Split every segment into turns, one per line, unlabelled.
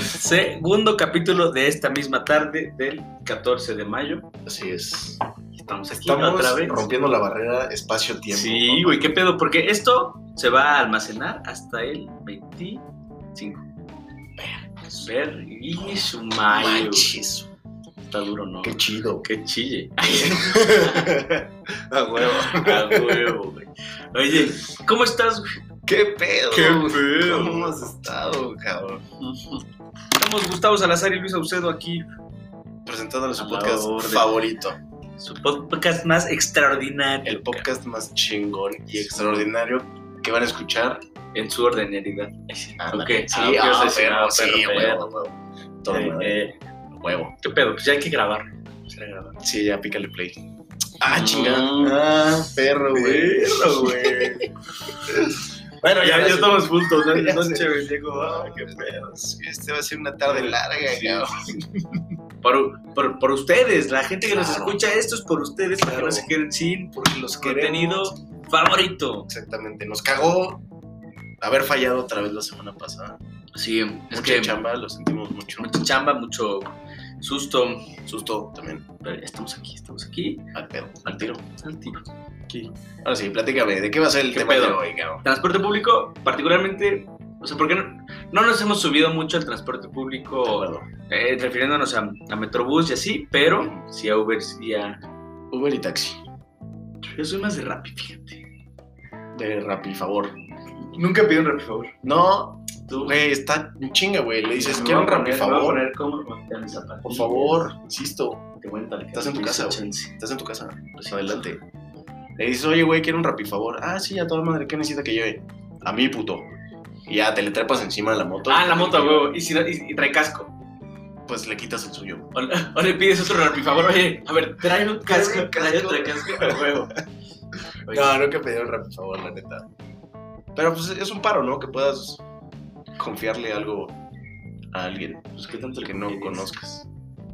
segundo capítulo de esta misma tarde del 14 de mayo.
Así es.
Estamos aquí
Estamos
otra vez.
rompiendo la barrera espacio-tiempo.
Sí,
¿no?
güey, qué pedo, porque esto se va a almacenar hasta el 25. Ver y su mayo.
Manches,
Está duro, ¿no?
Qué chido.
Que chille. Ah,
A huevo.
A huevo, güey. Oye, ¿cómo estás? güey?
Qué pedo.
Qué
güey?
pedo.
¿Cómo has estado, cabrón?
Somos Gustavo Salazar y Luis Aucedo aquí.
Presentándole su
A la
podcast
orden.
favorito.
Su podcast más extraordinario.
El podcast más chingón y extraordinario que van a escuchar.
En su ordinariedad.
Ándale.
Ok,
Sí,
ah, ok, o sea,
ah,
sí,
perro,
ah,
sí,
perro,
a
perro.
huevo, a huevo. Todo madre,
Eh, eh,
a huevo.
¿Qué pedo? Pues ya hay que grabar. Vamos a grabar.
Sí, ya pícale play. Ah,
Mm.
chingada. Ah, perro,
Perro,
güey. bueno, ya, ya estamos.
estamos juntos. ¿no?
Ya
Noche,
sé.
güey, Diego.
Ah, qué pedo. Este va a ser una tarde larga,
Sí.
cabrón.
Por, por, por ustedes, la gente que nos
Claro.
escucha, esto es por ustedes, para que
Claro.
no se queden sin
Porque los
contenido
queremos.
favorito.
Exactamente. Nos cagó haber fallado otra vez la semana pasada.
Sí, es
Mucha
que
chamba, lo sentimos mucho.
mucha chamba, mucho susto,
Susto también.
pero ya estamos aquí, estamos aquí.
Al pedo, al tiro.
al tiro.
Ahora sí, platícame, ¿de qué va a ser el
¿Qué
tema de
pedo?
hoy, cabrón?
Transporte público, particularmente, o sea, porque no, no nos hemos subido mucho al transporte
De
público,
acuerdo.
eh, refiriéndonos a, a Metrobús y así, pero sí a Uber y a...
Uber y taxi.
Yo soy más de Rappi, fíjate.
De Rappi, favor.
Nunca pido un Rappi, por favor.
No,
Tú,
güey, está en chinga, güey. Le dices,
Me
quiero
voy
un
a
Rappi,
poner- me voy a
favor.
poner cómodo, me voy a poner mis zapatillas.
Por favor, insisto,
Te voy a entrar.
Estás en tu casa, güey.
Chance.
estás en tu casa, pues adelante. Le dices, oye, güey, quiero un rapi favor. Ah, sí, a toda madre, ¿qué necesita que lleve? A mí, puto. Y ya te le trepas encima de la moto.
Ah, la moto, güey. Y, si no- y- y trae casco.
Pues le quitas el suyo.
O, o le pides otro Rappi, favor. Oye, a ver, trae un casco,
un
trae
casco.
otro casco. a huevo. Oye,
No, nunca pedí un rapi favor, la neta. Pero pues es un paro, ¿no? Que puedas confiarle algo a alguien
Pues qué tanto
que
le
no
pides?
conozcas.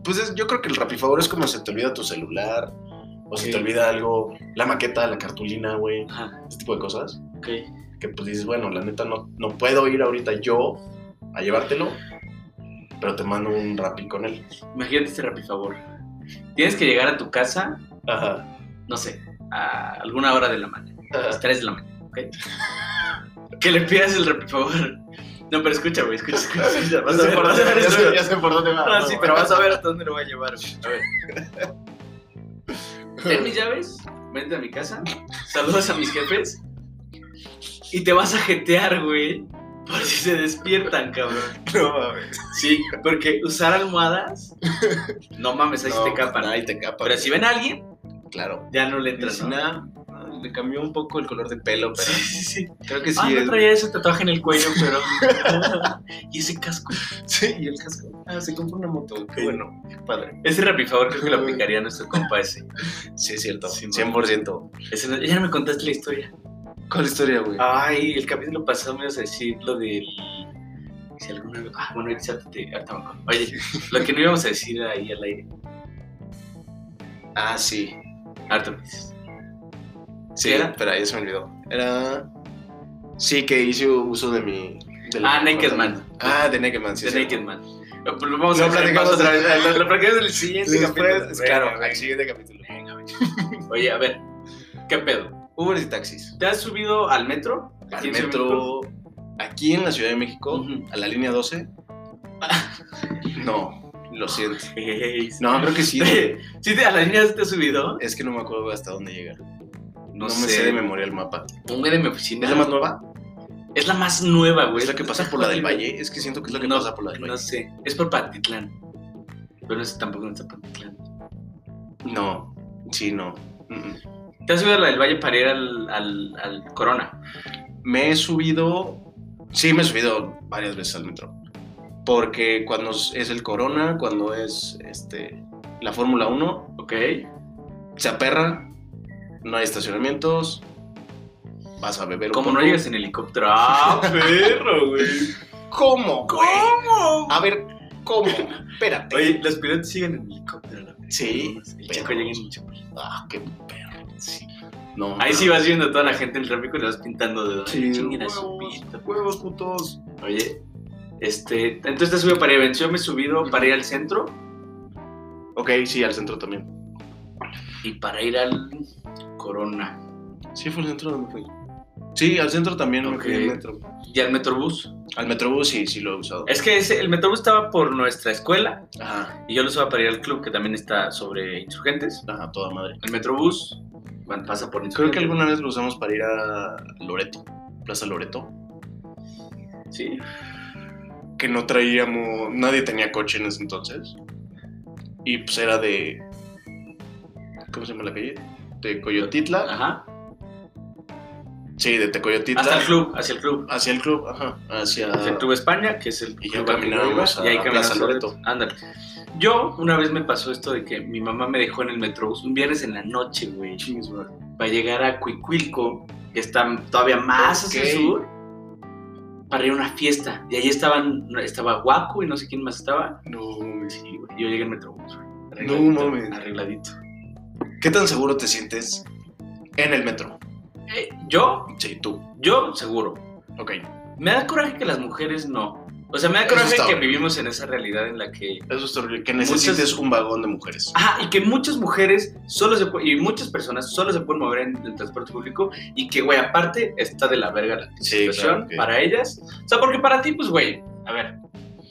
Pues es- yo creo que el rapi favor es como se te olvida tu celular, o se
Sí.
te olvida algo, la maqueta, la cartulina, güey,
Ajá,
ese tipo de cosas.
ok.
que pues dices, bueno, la neta no, no puedo ir ahorita yo a llevártelo, pero te mando un rapi con él.
Imagínate este Rappi, favor. Tienes que llegar a tu casa,
Ajá.
no sé, a alguna hora de la mañana. las 3 de la mañana, ¿ok? que le pidas el Rappi, favor. No, pero escucha, güey, escucha, escucha. escucha. Vas a ver, vas a ver esto.
por dónde va.
Ah, sí, pero vas a ver hasta dónde lo voy a llevar. güey. A ver. Ten mis llaves, vente a mi casa, saludas a mis jefes y te vas a jetear, güey, por si se despiertan, cabrón.
No mames.
Sí, porque usar almohadas, no mames, ahí sí te capan.
Ahí te capa.
Pero si ven a alguien,
Claro.
ya no le
Pero
entras,
si
¿no?
nada, ah, le cambió un poco el color de pelo, pero
Sí, sí, sí.
creo que sí
Ah, no
es-
traía ese tatuaje en el cuello, pero... y ese casco.
Sí, y el casco. Ah, se compró una moto. Qué
Ok.
bueno. Qué padre.
Ese rapifavor creo que lo aplicaría a nuestro compa ese.
Sí, es cierto.
Sí,
100%.
ese no- ya no me contaste la historia.
¿Cuál historia, güey?
Ay, el capítulo pasado me ibas a decir lo del. Si alguna. Ah, bueno, ahorita te- ahorita me acuerdo. Oye, lo que no íbamos a decir ahí al aire.
Ah, sí.
Ahorita me dices.
Sí,
¿Qué era?
espera, ya se me olvidó. Era. Sí, que hice uso de mi. de la-
Ah, Naked Man.
Ah, de Naked Man, sí.
The
sí.
Naked Man. Lo, pues, lo vamos
Lo
a hacer
platicamos
pausa.
otra vez.
Lo, lo platicamos en el siguiente
Después,
capítulo.
claro,
Venga,
el siguiente capítulo.
venga, venga. Oye, a ver. ¿Qué pedo?
Uber y taxis.
¿Te has subido al metro? Aquí
Al
en Ciudad de
metro. Aquí en la Ciudad de México,
Ujú.
a la línea 12. no, lo siento.
México? Ey, sí.
No, creo que sí.
¿Sí te, a la línea te has subido?
Es que no me acuerdo hasta dónde llega. No, me
sé.
sé de memoria el mapa.
Un güey de mi oficina.
¿Es la más nueva?
Es la más nueva, güey.
¿Es la que pasa por la del
Jodida.
Valle? Es que siento que es la que
No,
pasa por la del
No
Valle.
sé, es por Patitlán. Pero no sé, tampoco no está Patitlán.
No, sí, no. Mm, mm.
¿Te has subido a la del Valle para ir al, al, al Corona?
Me he subido. Sí, me he subido varias veces al metro. Porque cuando es el Corona, cuando es este, la Fórmula 1,
¿Ok?
se aperra, no hay estacionamientos, vas a beber. un
Como no
poco.
llegas en helicóptero. ¡Ah, perro, güey!
¿Cómo? güey?
¿Cómo?
A ver, ¿cómo? Espérate.
Oye, los pilotos siguen en helicóptero. la verdad.
Sí,
El
pero-
chico llega en el chico.
Ah, qué perro. sí. No.
Ahí sí
no.
vas viendo a toda la gente en el tráfico y le vas pintando de
Sí,
Chinguen a su
huevos.
pito.
Huevos putos.
Oye, Este, entonces te has subido para Evans. Yo me he subido para ir al centro
Ok, sí, al centro también.
y para ir al Corona.
Sí, fue al centro donde fui. Sí, al centro también me
Ok.
fui al metro.
Y al Metrobús.
Al metrobús sí, sí lo he usado.
Es que ese- el Metrobús estaba por nuestra escuela
Ajá,
y yo lo usaba para ir al club, que también está sobre Insurgentes.
ajá, toda madre.
El Metrobús bueno, pasa por
Creo
Insurgentes.
que alguna vez lo usamos para ir a Loreto, Plaza Loreto.
Sí.
que no traíamos, nadie tenía coche en ese entonces. Y pues era de, ¿cómo se llama la calle? De Coyotitla.
Ajá.
Sí, de Tecoyotitla.
Hasta el club, hacia el club.
Hacia el club, ajá. Hacia...
Hacia el Club España, que es el
Ah. Y ya
club al que yo
caminábamos
iba,
a
y ahí caminamos
Plaza
a
Loreto.
Loreto. Ándale. Yo una vez me pasó esto de que mi mamá me dejó en el Metrobús un viernes en la noche, güey.
Chingues, güey.
para llegar a Cuicuilco, que está todavía más hacia el
Ok.
sur, para ir a una fiesta. Y ahí estaban, estaba Guaco y no sé quién más estaba.
No, mames.
Sí, güey, yo llegué en Metrobús. güey,
No mames.
Arregladito.
¿Qué tan seguro te sientes en el metro?
Eh, yo,
Sí, tú.
yo seguro.
Ok,
Me da coraje que las mujeres no. O sea, me da
Eso
coraje
está
que
horrible.
vivimos en esa realidad en la que...
eso es horrible. Que necesites
Muchas- Ah,
un vagón de mujeres.
Ajá, y que muchas mujeres solo se pu- y muchas personas solo se pueden mover en el transporte público y que, güey, aparte está de la verga la
Sí,
situación
claro que-
para ellas. O sea, porque para ti, pues, güey, a ver,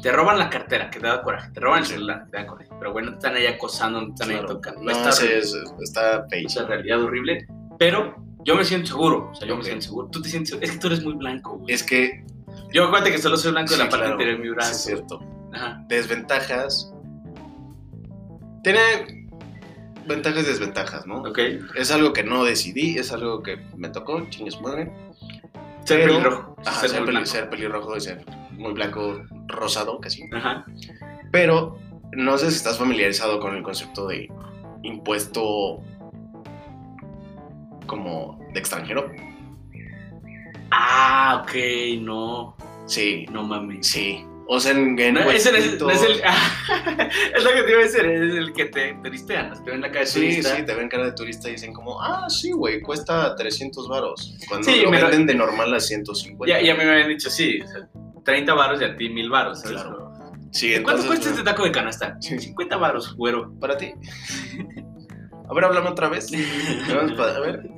te roban la cartera, que te da coraje, te roban el
Sí.
celular, que te da coraje, pero, güey, no te están ahí acosando, no te están
Claro.
ahí tocando.
No,
está
ese
horrible,
es- está feo.
esa realidad horrible, pero yo me siento seguro, o sea, yo me
Ok.
siento seguro. Tú te sientes, es que tú eres muy blanco, güey.
Es que...
Yo acuérdate que solo soy blanco de la
sí,
parte
claro,
anterior de mi
sí, es
brazo.
cierto.
Ajá.
Desventajas. Tiene ventajas y desventajas, ¿no?
Ok,
Es algo que no decidí, es algo que me tocó, chingues madre.
ser
Pero-
pelirrojo,
Ajá,
ser
ser,
muy
peli-
blanco.
ser pelirrojo y ser muy blanco, rosado casi.
Ajá.
Pero no sé si estás familiarizado con el concepto de impuesto como de extranjero.
Ah, ok, no,
Sí,
no mames.
sí. O sea, en, en
No, ese no es,
puestitos-
no es el. es lo que te iba a decir, es el que te tristean, te ven en la calle.
Sí,
turista.
sí, te ven cara de turista y dicen como, ah, sí, güey, cuesta 300 varos. Cuando
Sí,
lo
me lo-
venden de normal a 150.
Ya, ya me habían dicho, sí, o sea, 30 baros y a ti 1000 baros. ¿sabes?
Claro. Sí,
¿Cuánto
entonces,
cuesta este
bueno,
taco de canasta?
Sí.
50 baros, güero.
para ti? A ver, háblame otra vez. Vamos pa- A ver.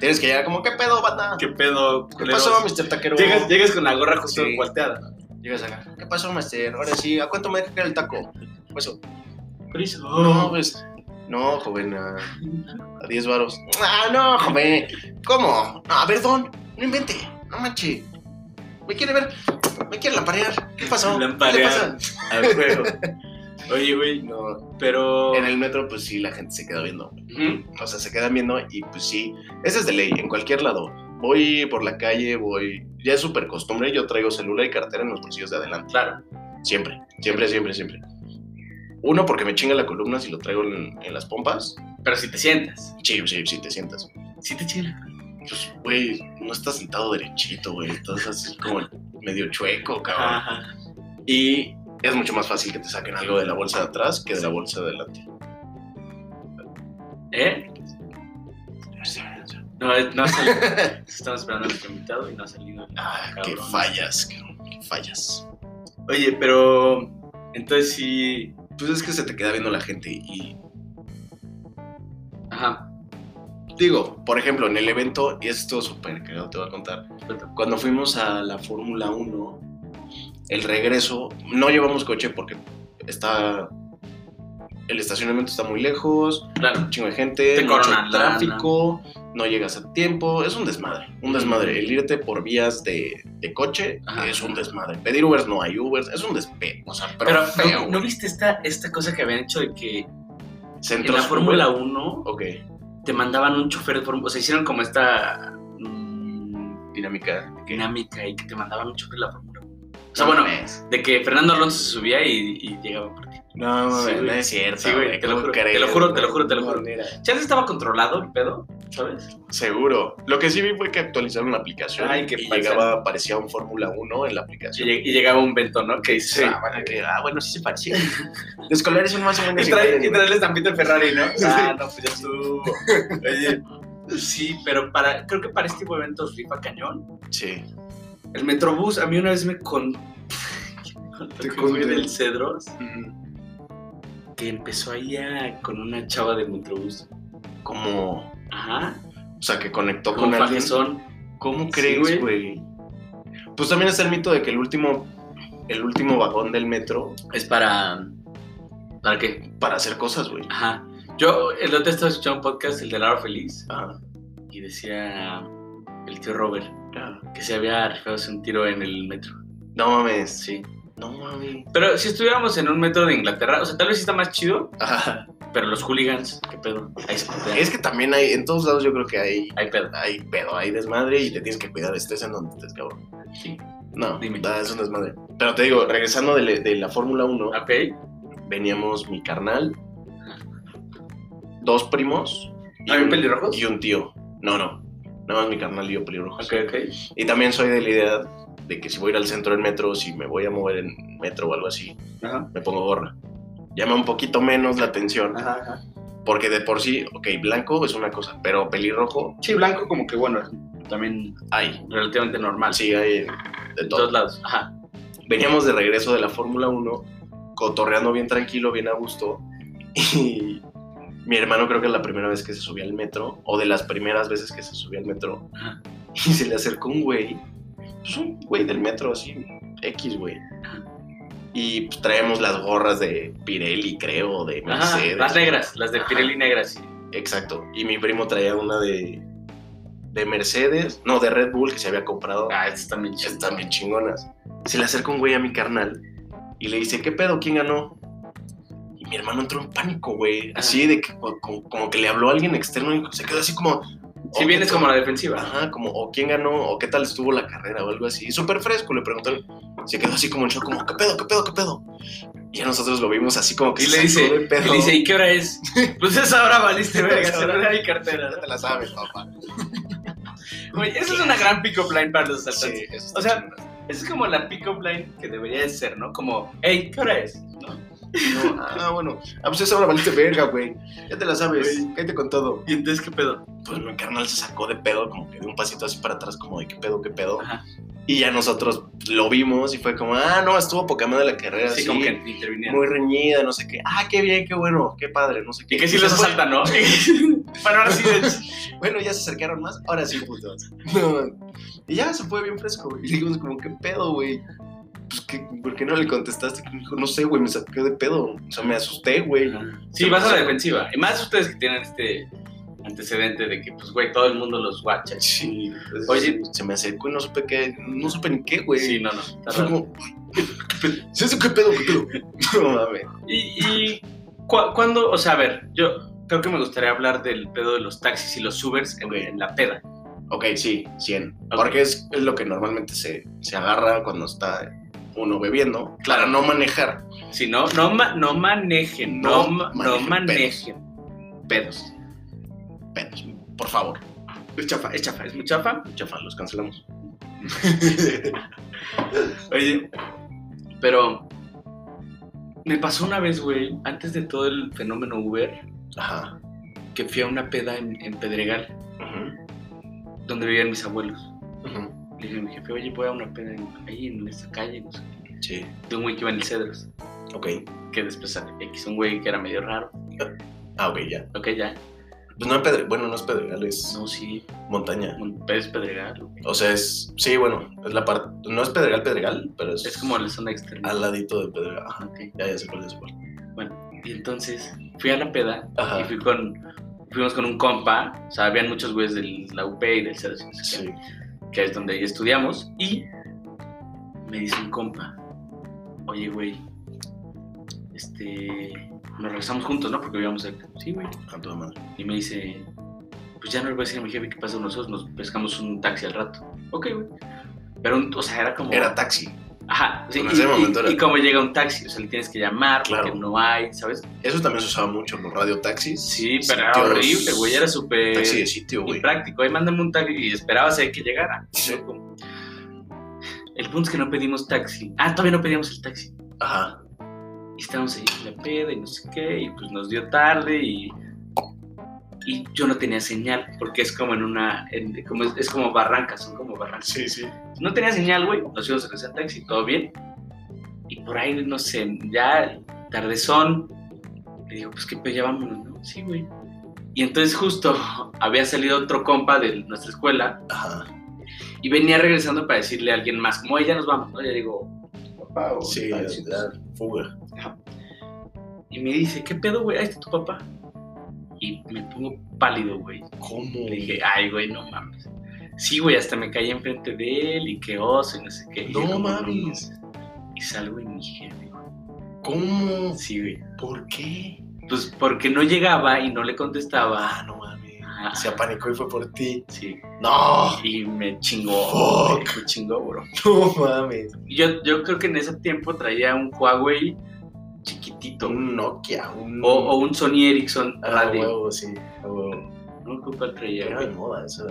Tienes que llegar como, ¿qué pedo, banda? ¿Qué,
¿Qué pedo? culeros?
pasó, Mr. Taquero?
Llegas, llegas con la gorra justo
Sí.
volteada.
Llegas acá. ¿Qué pasó, Master? Ahora sí, ¿a cuánto me deja caer el taco? Pues, oh,
Prisa.
no, pues, no, joven, a, a 10 varos. Ah, no, joven. ¿Cómo? No, a ver, don, no invente, no manche. Me quiere ver, me quiere lamparear. ¿Qué pasó? ¿Qué le
Lamparear.
pasa?
Al juego. Oye, güey,
No,
pero.
en el metro, pues sí, la gente se queda viendo.
Ujú.
O sea, se quedan viendo y pues sí, esa es de ley, en cualquier lado. Voy por la calle, voy... Ya es súper costumbre, yo traigo celular y cartera en los bolsillos de adelante.
Claro.
Siempre, siempre, siempre, siempre. Uno, porque me chinga la columna si lo traigo en, en las pompas.
Pero si te sientas.
Sí, sí, sí, te sientas.
Si te chila.
Pues, güey, no estás sentado derechito, güey. Estás así como medio chueco, cabrón.
Ajá.
Y es mucho más fácil que te saquen algo de la bolsa de atrás que de la bolsa de adelante.
¿Eh? No, es- no ha salido. Estamos esperando a nuestro invitado y no ha salido.
Ah, qué
Cabrón.
fallas, cabrón, qué fallas.
Oye, pero. Entonces sí.
Pues es que se te queda viendo la gente y
Ajá.
digo, por ejemplo, en el evento, y esto súper cagado te voy a contar, cuando fuimos a la Fórmula 1, el regreso, no llevamos coche porque está, el estacionamiento está muy lejos,
Claro.
un chingo de gente,
Te
mucho
coronan la Mm.
tráfico, no llegas a tiempo, es un desmadre, un desmadre, el irte por vías de, de coche
Ajá.
es un desmadre, pedir Ubers no hay Ubers, es un despe, o sea, pero,
Pero, ¿no-
feo,
¿no,
güey.
viste esta, esta cosa que habían hecho de que en
Centros
la Fórmula
Uber.
1
Ok,
te mandaban un chofer de Fórmula O sea, hicieron como esta mm,
dinámica.
dinámica y que te mandaban un chofer de la Fórmula 1. O sea, bueno, de que Fernando Alonso se subía y, y llegaba por ti.
No,
Sí,
güey, no
güey.
es cierto.
Sí, güey, te lo
¿cómo
juro, te
crees,
lo juro, te
güey?
lo juro, te lo
No,
juro.
mira,
Chance estaba controlado el pedo, ¿sabes?
Seguro. Lo que sí vi fue que actualizaron la aplicación
Ay, qué
y
pasan.
llegaba, parecía un Fórmula 1 en la
Y,
aplicación.
lleg- y llegaba un vento, ¿no? Que dice.
Ah, bueno, que- ah, bueno, sí se parecía. Los colores son más o menos
Y trae,
iguales,
y trae el estampito de Ferrari, ¿no?
Sí.
Ah, no, pues ya estuvo. Oye, sí, pero para, creo que para este tipo de eventos rifa cañón.
güey. Sí.
El Metrobús, a mí una vez me con... Te güey del Cedros que empezó ahí a- con una chava de Metrobús.
Como,
Ajá.
o sea, que conectó
Como
con alguien.
fajezón.
¿Cómo
Sí,
crees, güey? Pues también está el mito de que el último, el último vagón del metro
Es para. ¿Para qué?
para hacer cosas, güey.
Ajá. Yo el otro día estaba escuchando un podcast, el de Laura Feliz,
Ajá.
y decía el tío Robert que se había rifado un tiro en el metro.
No mames.
Sí.
No mames.
Pero si estuviéramos en un metro de Inglaterra, o sea, tal vez sí está más chido,
Ajá.
pero los hooligans, qué pedo. Ahí se putean.
Es que también hay, en todos lados yo creo que hay,
Hay pedo.
hay pedo, hay desmadre y te tienes que cuidar, estés en donde estés, cabrón.
Sí.
No,
Dime.
nada, es un desmadre. Pero te digo, regresando de, le- de la Fórmula 1,
Ok.
veníamos mi carnal, dos primos ¿Ah, y
¿Hay
un-
pelirrojos?
y un tío. No, no. Nada más mi carnal y yo pelirrojos.
Ok, ok.
Y también soy de la idea de que si voy a ir al centro en metro, si me voy a mover en metro o algo así,
Ajá.
me pongo gorra. Llama un poquito menos la atención,
Ajá, ajá.
porque de por sí, ok, blanco es una cosa, pero pelirrojo,
Sí, blanco como que bueno, también
hay.
relativamente normal.
Sí, hay de
de todos
todo.
lados. Ajá.
Veníamos de regreso de la Fórmula 1, cotorreando bien tranquilo, bien a gusto, y mi hermano creo que es la primera vez que se subía al metro, o de las primeras veces que se subía al metro,
Ajá.
y se le acercó un güey, pues un güey del metro así, X güey,
Ajá.
y pues, traemos las gorras de Pirelli, creo, de
Ajá,
Mercedes.
las negras, las de
Ajá.
Pirelli negras, sí.
Exacto, y mi primo traía una de, de Mercedes, no, de Red Bull que se había comprado.
Ah, estas también chidas.
Están bien chingonas. Se le acerca un güey a mi carnal y le dice, ¿qué pedo? ¿Quién ganó? Y mi hermano entró en pánico, güey.
Ah.
Así de que co- co- como, que le habló a alguien externo y se quedó así como...
Si
"Oh,
vienes
¿qué
como
tal?".
la defensiva.
Ajá, como, o quién ganó, o qué tal estuvo la carrera o algo así. Súper fresco, le preguntaron. Se quedó así como en shock, como, ¿qué pedo, qué pedo, qué pedo? Y a nosotros lo vimos así como que
Y
se
le
sacó
dice,
de pedo.
y le dice, ¿y qué hora es? pues esa hora valiste, verga,
Esa
se
hora.
no hay
Ya
cartera.
te la sabes, papá.
Oye, esa es una gran pick-up line para los
Sí,
asaltantes.
eso
O
está
sea,
chingón.
Esa es como la pick-up line que debería de ser, ¿no? Como, hey, ¿qué hora es? ¿No?
No, ah, bueno. Ah, pues esa hora valiste verga, güey. Ya te la sabes.
Güey.
Cállate con todo.
Y entonces, ¿qué pedo?
pues mi carnal se sacó de pedo, como que de un pasito así para atrás, como de qué pedo, qué pedo.
Ajá.
Y ya nosotros lo vimos y fue como, ah, no, estuvo poca madre la carrera,
Así
sí,
como que intervinieron.
muy reñida, no sé qué. Ah, qué bien, qué bueno, qué padre, no sé qué.
Y que sí
Y
los
después,
asaltan, ¿no? Bueno, ahora pues, sí, de hecho.
Bueno, ya se acercaron más, ahora sí, putos. No. Y ya se fue bien fresco, güey. Y dijimos como, qué pedo, güey. Pues, ¿qué- ¿por qué no le contestaste? Y me dijo, no sé, güey, me saqué de pedo. O sea, me asusté, güey.
Sí, vas a la defensiva. Y más ustedes que tienen este antecedente de que, pues, güey, todo el mundo los guacha.
Sí. Entonces,
Oye.
se me acercó y no supe qué, no supe ni qué, güey.
Sí, no, no. está
Fue
raro.
como, ¿Sí, eso qué pedo, qué pedo? No mames.
¿Y, y cu- cuándo? O sea, a ver, yo creo que me gustaría hablar del pedo de los taxis y los Ubers en,
Ok.
en la peda.
Ok, sí, 100. Porque es, es lo que normalmente se, se agarra cuando está uno bebiendo. Claro, no manejar.
Si no, no, ma- no manejen, no,
No
ma- no
manejen
manejen pedos.
Pero, por favor,
Es chafa, es chafa, es muy chafa.
chafa, los cancelamos.
Oye, pero me pasó una vez, güey, antes de todo el fenómeno Uber,
Ajá.
que fui a una peda en, en Pedregal,
Ujú,
donde vivían mis abuelos.
ujú.
Le dije a mi jefe, oye, voy a una peda en- ahí en esta calle, no sé,
Sí,
de un güey que iba en el Cedros,
ok.
que después X, un güey que era medio raro.
Ah, ok, ya.
Ok, ya.
Pues no es pedregal, bueno, no es pedregal, es
No, sí,
montaña.
un pez pedregal. güey.
O sea, es, sí, bueno, es la parte, no es pedregal, pedregal, pero es,
Es como la zona externa.
al ladito de pedregal. Ajá.
Ok.
Ya, ya sé cuál es cuál.
Y entonces fui a la peda y
Ajá.
fui con, fuimos con un compa. O sea, habían muchos güeyes de la UP y del CEDES,
Sí.
que es donde ahí estudiamos. Y me dice un compa, oye, güey, este, nos regresamos juntos, ¿no? Porque vivíamos cerca. Sí, güey.
A toda madre.
Y me dice, pues ya no le voy a decir a mi jefe qué pasó nosotros, nos pescamos un taxi al rato. Ok, güey. Pero, un- o sea, era como...
Era taxi.
Ajá, sí,
En
y,
ese momento
y-
era-
y cómo llega un taxi, o sea, le tienes que llamar
Claro.
porque no hay, ¿sabes?
Eso también se usaba mucho, los radiotaxis.
Sí, pero era
Sitios-
horrible, güey, era súper
Taxi de sitio, güey.
impráctico. Ahí mándame un taxi y esperabas ahí que llegara.
Sí.
Yo como- El punto es que no pedimos taxi. Ah, todavía no pedíamos el taxi.
Ajá.
Y estábamos ahí en la peda y no sé qué, y pues nos dio tarde y... Y yo no tenía señal, porque es como en una... en- como es, es como barrancas, son como barrancas.
Sí, sí.
No tenía señal, güey. Nos íbamos a regresar en taxi, todo bien. Y por ahí, no sé, ya tardezón, le digo, pues qué pedo, ya vámonos, ¿no? Sí, güey. Y entonces justo había salido otro compa de nuestra escuela
Ajá.
y venía regresando para decirle a alguien más, como, ella nos vamos, ¿no? Ya digo, papá, o
Sí,
tal,
la fuga.
Y me dice, ¿qué pedo, güey? Ahí está tu papá. Y me pongo pálido, güey.
¿Cómo?
Le dije, ay, güey, no mames. Sí, güey, hasta me caí enfrente de él y qué oso y no sé qué. Y
No
yo como,
mames.
no. Y salgo en mi jefe. "Ah".
¿Cómo?
Sí, güey.
¿Por qué?
Pues porque no llegaba y no le contestaba.
Ah, no mames.
Ah.
Se apanicó y fue por ti.
Sí.
No,
Y me chingó. güey,
Fuck.
Me chingó, bro.
no mames.
Y yo, yo creo que en ese tiempo traía un Huawei chiquitito.
Un Nokia, un.
O, o un Sony Ericsson
Ah,
radio.
huevo, sí. a huevo.
No sé cuál traía.
Era de
güey.
moda eso.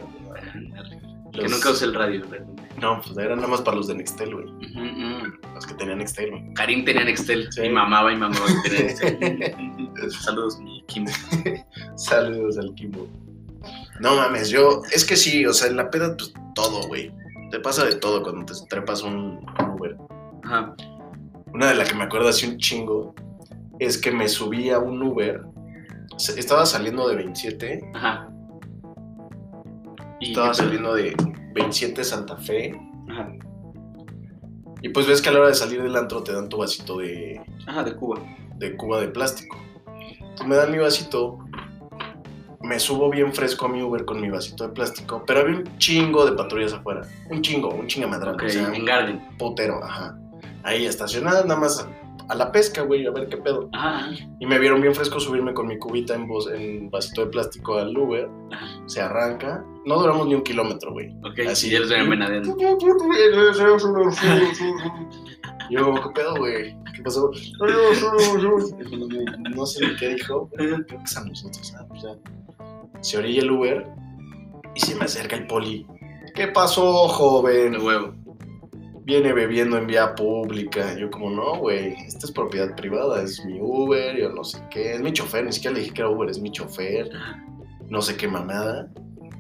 Ándale. Que
Los-
nunca usé el radio, güey.
No, pues eran nada más para los de Nextel, güey.
Ujú, ujú.
Los que tenían Nextel, güey.
Karim tenía Nextel
Sí.
y mamaba y mamaba que tenía Nextel. Saludos, mi Kim.
Saludos al Kimbo. No mames, yo. Es que sí, o sea, en la peda, pues todo, güey. Te pasa de todo cuando te trepas un un Uber.
Ajá.
Una de las que me acuerdo así un chingo es que me subí a un Uber. Se- Estaba saliendo de 27.
Ajá. Y qué
Estaba
pedo?
saliendo de 27 Santa Fe.
Ajá.
Y pues ves que a la hora de salir del antro te dan tu vasito de,
Ajá, de Cuba.
de cuba de plástico. Entonces me dan mi vasito, me subo bien fresco a mi Uber con mi vasito de plástico, pero había un chingo de patrullas afuera. Un chingo, un chingamadral.
Ok,
O sea,
en
un
Garden.
putero, ajá. Ahí estacionadas, nada más a la pesca, güey, a ver qué pedo.
Ajá. ajá.
Y me vieron bien fresco subirme con mi cubita en, voz, en vasito de plástico al Uber.
Ajá.
Se arranca. No duramos ni un kilómetro, güey.
Ok,
Así.
Así. ya los ven menadeando.
Yo, ¿qué pedo, güey? ¿Qué pasó? No sé ni qué dijo, pero creo que es a nosotros. ah, pues ya. Se orilla el Uber y se me acerca el poli. ¿Qué pasó,
De
joven?
huevo.
Viene bebiendo en vía pública. Yo, como, no, güey, esta es propiedad privada, es mi Uber, yo no sé qué, es mi chofer, ni siquiera le dije que era Uber, es mi chofer, no sé qué mamada.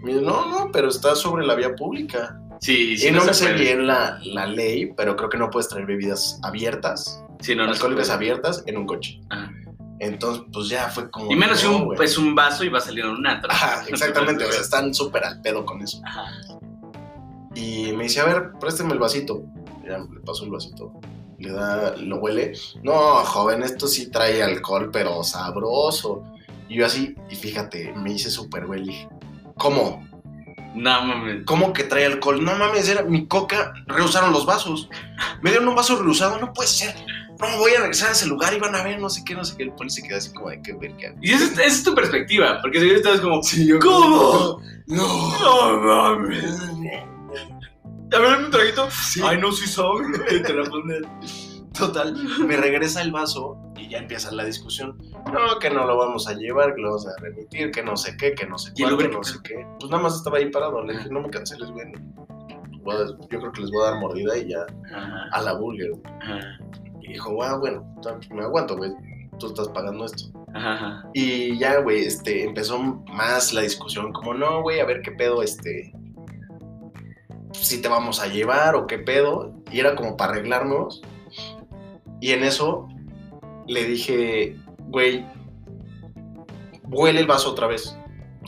Me dice, no, no, pero está sobre la vía pública.
Sí, sí.
Y Eh, no me sé
se puede.
bien la, la ley, pero creo que no puedes traer bebidas abiertas,
Sí, no, no se
alcohólicas
puede.
abiertas en un coche.
Ajá.
Entonces, pues ya fue como.
Y menos si
no,
un,
güey.
pues, un vaso y va a salir un atro.
Ajá, exactamente. o sea, están súper al pedo con eso.
Ajá.
Y me dice, a ver, présteme el vasito. Ya le paso el vasito. Le da, lo huele. No, joven, esto sí trae alcohol, pero sabroso. Y yo así, y fíjate, me hice súper güey. le dije, ¿Cómo?
No mames.
¿Cómo que trae alcohol? No mames, era mi coca, reusaron los vasos. Me dieron un vaso reusado, no puede ser. No, voy a regresar a ese lugar y van a ver, no sé qué, no sé qué. El poli se quedó así como de qué verga.
Y esa es, esa es tu perspectiva, porque si estabas como,
Sí, yo.
¿Cómo?
No.
no mames. A ver, un traguito.
Sí.
Ay, no, sí sabe. Te la pones.
Total, me regresa el vaso y ya empieza la discusión. No, que no lo vamos a llevar, que lo vamos a remitir, que no sé qué, que no sé
¿Y el
cuál, que
Uber
no
qué
sé qué. Pues nada más estaba ahí parado, le dije, no me canceles, güey. Voy a- Yo creo que les voy a dar mordida y ya
Ajá,
a la burger.
ajá,
Y dijo, ah, bueno, entonces me aguanto, güey. Tú estás pagando esto.
ajá.
Y ya, güey, este, empezó más la discusión, como, no, güey, a ver qué pedo, este, si te vamos a llevar o qué pedo. Y era como para arreglarnos. Y en eso le dije, güey, huele el vaso otra vez.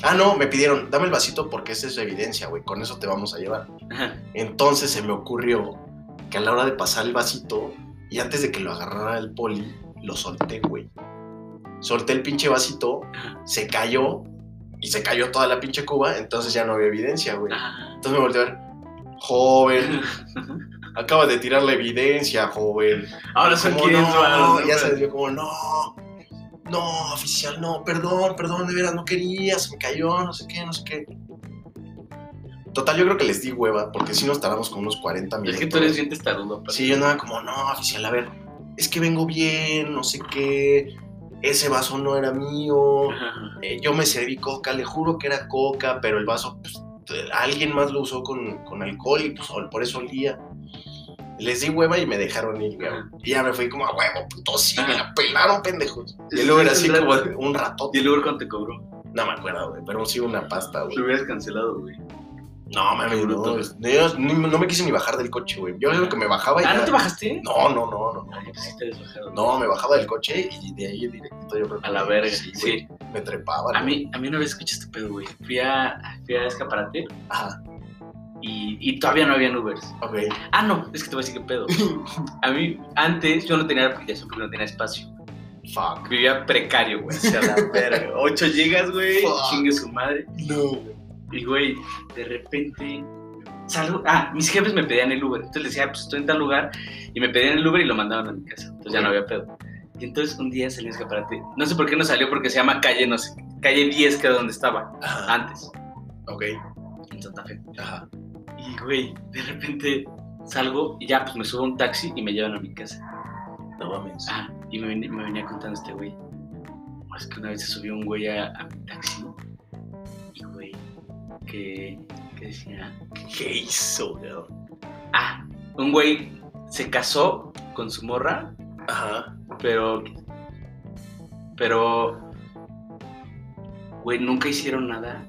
Ah, no, me pidieron, dame el vasito porque esa es evidencia, güey, con eso te vamos a llevar.
Ajá.
Entonces se me ocurrió que a la hora de pasar el vasito y antes de que lo agarrara el poli, lo solté, güey. Solté el pinche vasito, se cayó y se cayó toda la pinche cuba, entonces ya no había evidencia, güey.
Ajá.
Entonces me volteé a ver, joven, acabas de tirar la evidencia, joven.
Ahora son
Como,
500
no,
varos,
ya se dio como, no, no, oficial, no, perdón, perdón, de veras, no quería, se me cayó, no sé qué, no sé qué. Total, yo creo que les di hueva, porque si nos tardamos como unos 40
Es
minutos.
que tú eres bien testarudo. pero-
Sí, yo andaba como, no, oficial, a ver, es que vengo bien, no sé qué, ese vaso no era mío,
Ajá.
eh, yo me serví coca, le juro que era coca, pero el vaso, pues, eh, alguien más lo usó con, con alcohol y pues, ol- por eso olía. Les di hueva y me dejaron ir, güey. Y ya me fui como a huevo, puto, sí, me la pelaron, pendejos. Y luego era así como un
¿Y
ratote.
el Uber cuánto te cobró?
No me acuerdo, güey, pero sí una pasta, güey.
Lo hubieras cancelado, güey.
No, mami,
Qué
bruto.
bruto.
güey. Yo no, no me quise ni bajar del coche, güey. Yo lo que me bajaba y
Ah,
ya-
¿no te bajaste?
No, no, no, no, no.
Ay, pues sí te desbajaron.
No, me bajaba del coche y de ahí directo yo creo que-
A la verga, sí.
güey, Me trepaba.
A
¿no?
mí, a mí una vez escuché este pedo, güey. Fui a, fui a Escaparate
Ajá,
y, y todavía no habían Ubers.
ok.
Ah, no, es que te voy a decir qué pedo. A mí, antes yo no tenía la aplicación porque no tenía espacio.
Fuck.
Vivía precario, güey. O sea, la verga. 8 gigas, güey.
Fuck.
Chingue su madre.
No, güey.
Y güey, de repente salgo. Ah, mis jefes me pedían el Uber. Entonces les decía, pues estoy en tal lugar. Y me pedían el Uber y lo mandaban a mi casa. Entonces ya no había pedo. Y entonces un día salió escaparate. No sé por qué no salió porque se llama calle, no sé, calle 10, que era donde estaba
Ajá,
antes,
ok.
en Santa Fe.
Ajá.
Y güey, de repente salgo y ya, pues me subo a un taxi y me llevan a mi casa.
No mames.
Ah, y me, ven- me venía contando este güey. "No, Es que una vez se subió un güey a, a mi taxi. Y güey, que, que decía.
¿Qué hizo, güey?
Ah, un güey se casó con su morra,
Ajá.
pero. Pero. Güey, nunca hicieron nada.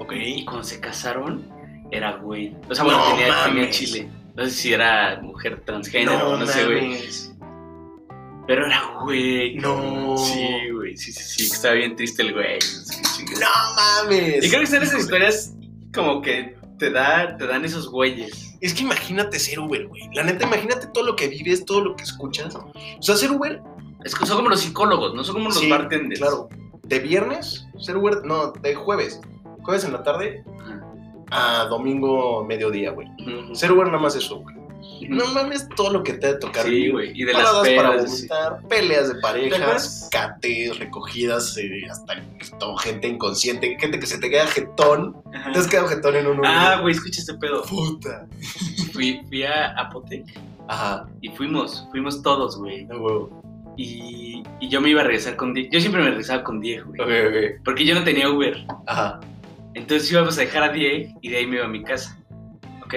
Ok.
Y cuando se casaron, era güey. O sea, bueno,
No
tenía, tenía
mames.
chile. No sé si era mujer transgénero, no, sé, güey.
mames.
Pero era güey.
No.
Sí, güey, sí, sí, sí. que Estaba bien triste el güey. Sí, chingue.
No mames.
Y creo que son esas historias como que te, da, te dan esos güeyes.
Es que imagínate ser Uber, güey. La neta, imagínate todo lo que vives, todo lo que escuchas. O sea, ser Uber,
Es que son como los psicólogos, no son como los
Sí,
bartenders.
claro. De viernes, ser Uber, no, de jueves. Jueves en la tarde a domingo mediodía, güey.
Ujú.
Ser Uber nada más eso, güey. No mames todo lo que te ha de tocar.
Sí, güey. Y de las
Paradas para
pedas. sí.
vomitar, peleas de
¿Te
parejas,
acuerdas?
cates, recogidas, eh, hasta el jetón, gente inconsciente, gente que se te queda jetón.
Ajá.
Te has quedado jetón en un Uber.
Ah, güey, escucha este pedo.
puta.
Fui, fui a Apotec
Ajá,
y fuimos, fuimos todos, güey.
no huevo.
Y, y yo me iba a regresar con Diego. Yo siempre me regresaba con Diego, güey.
Ok, ok.
Porque yo no tenía Uber.
Ajá.
Entonces íbamos a dejar a Diego y de ahí me iba a mi casa. ¿Ok?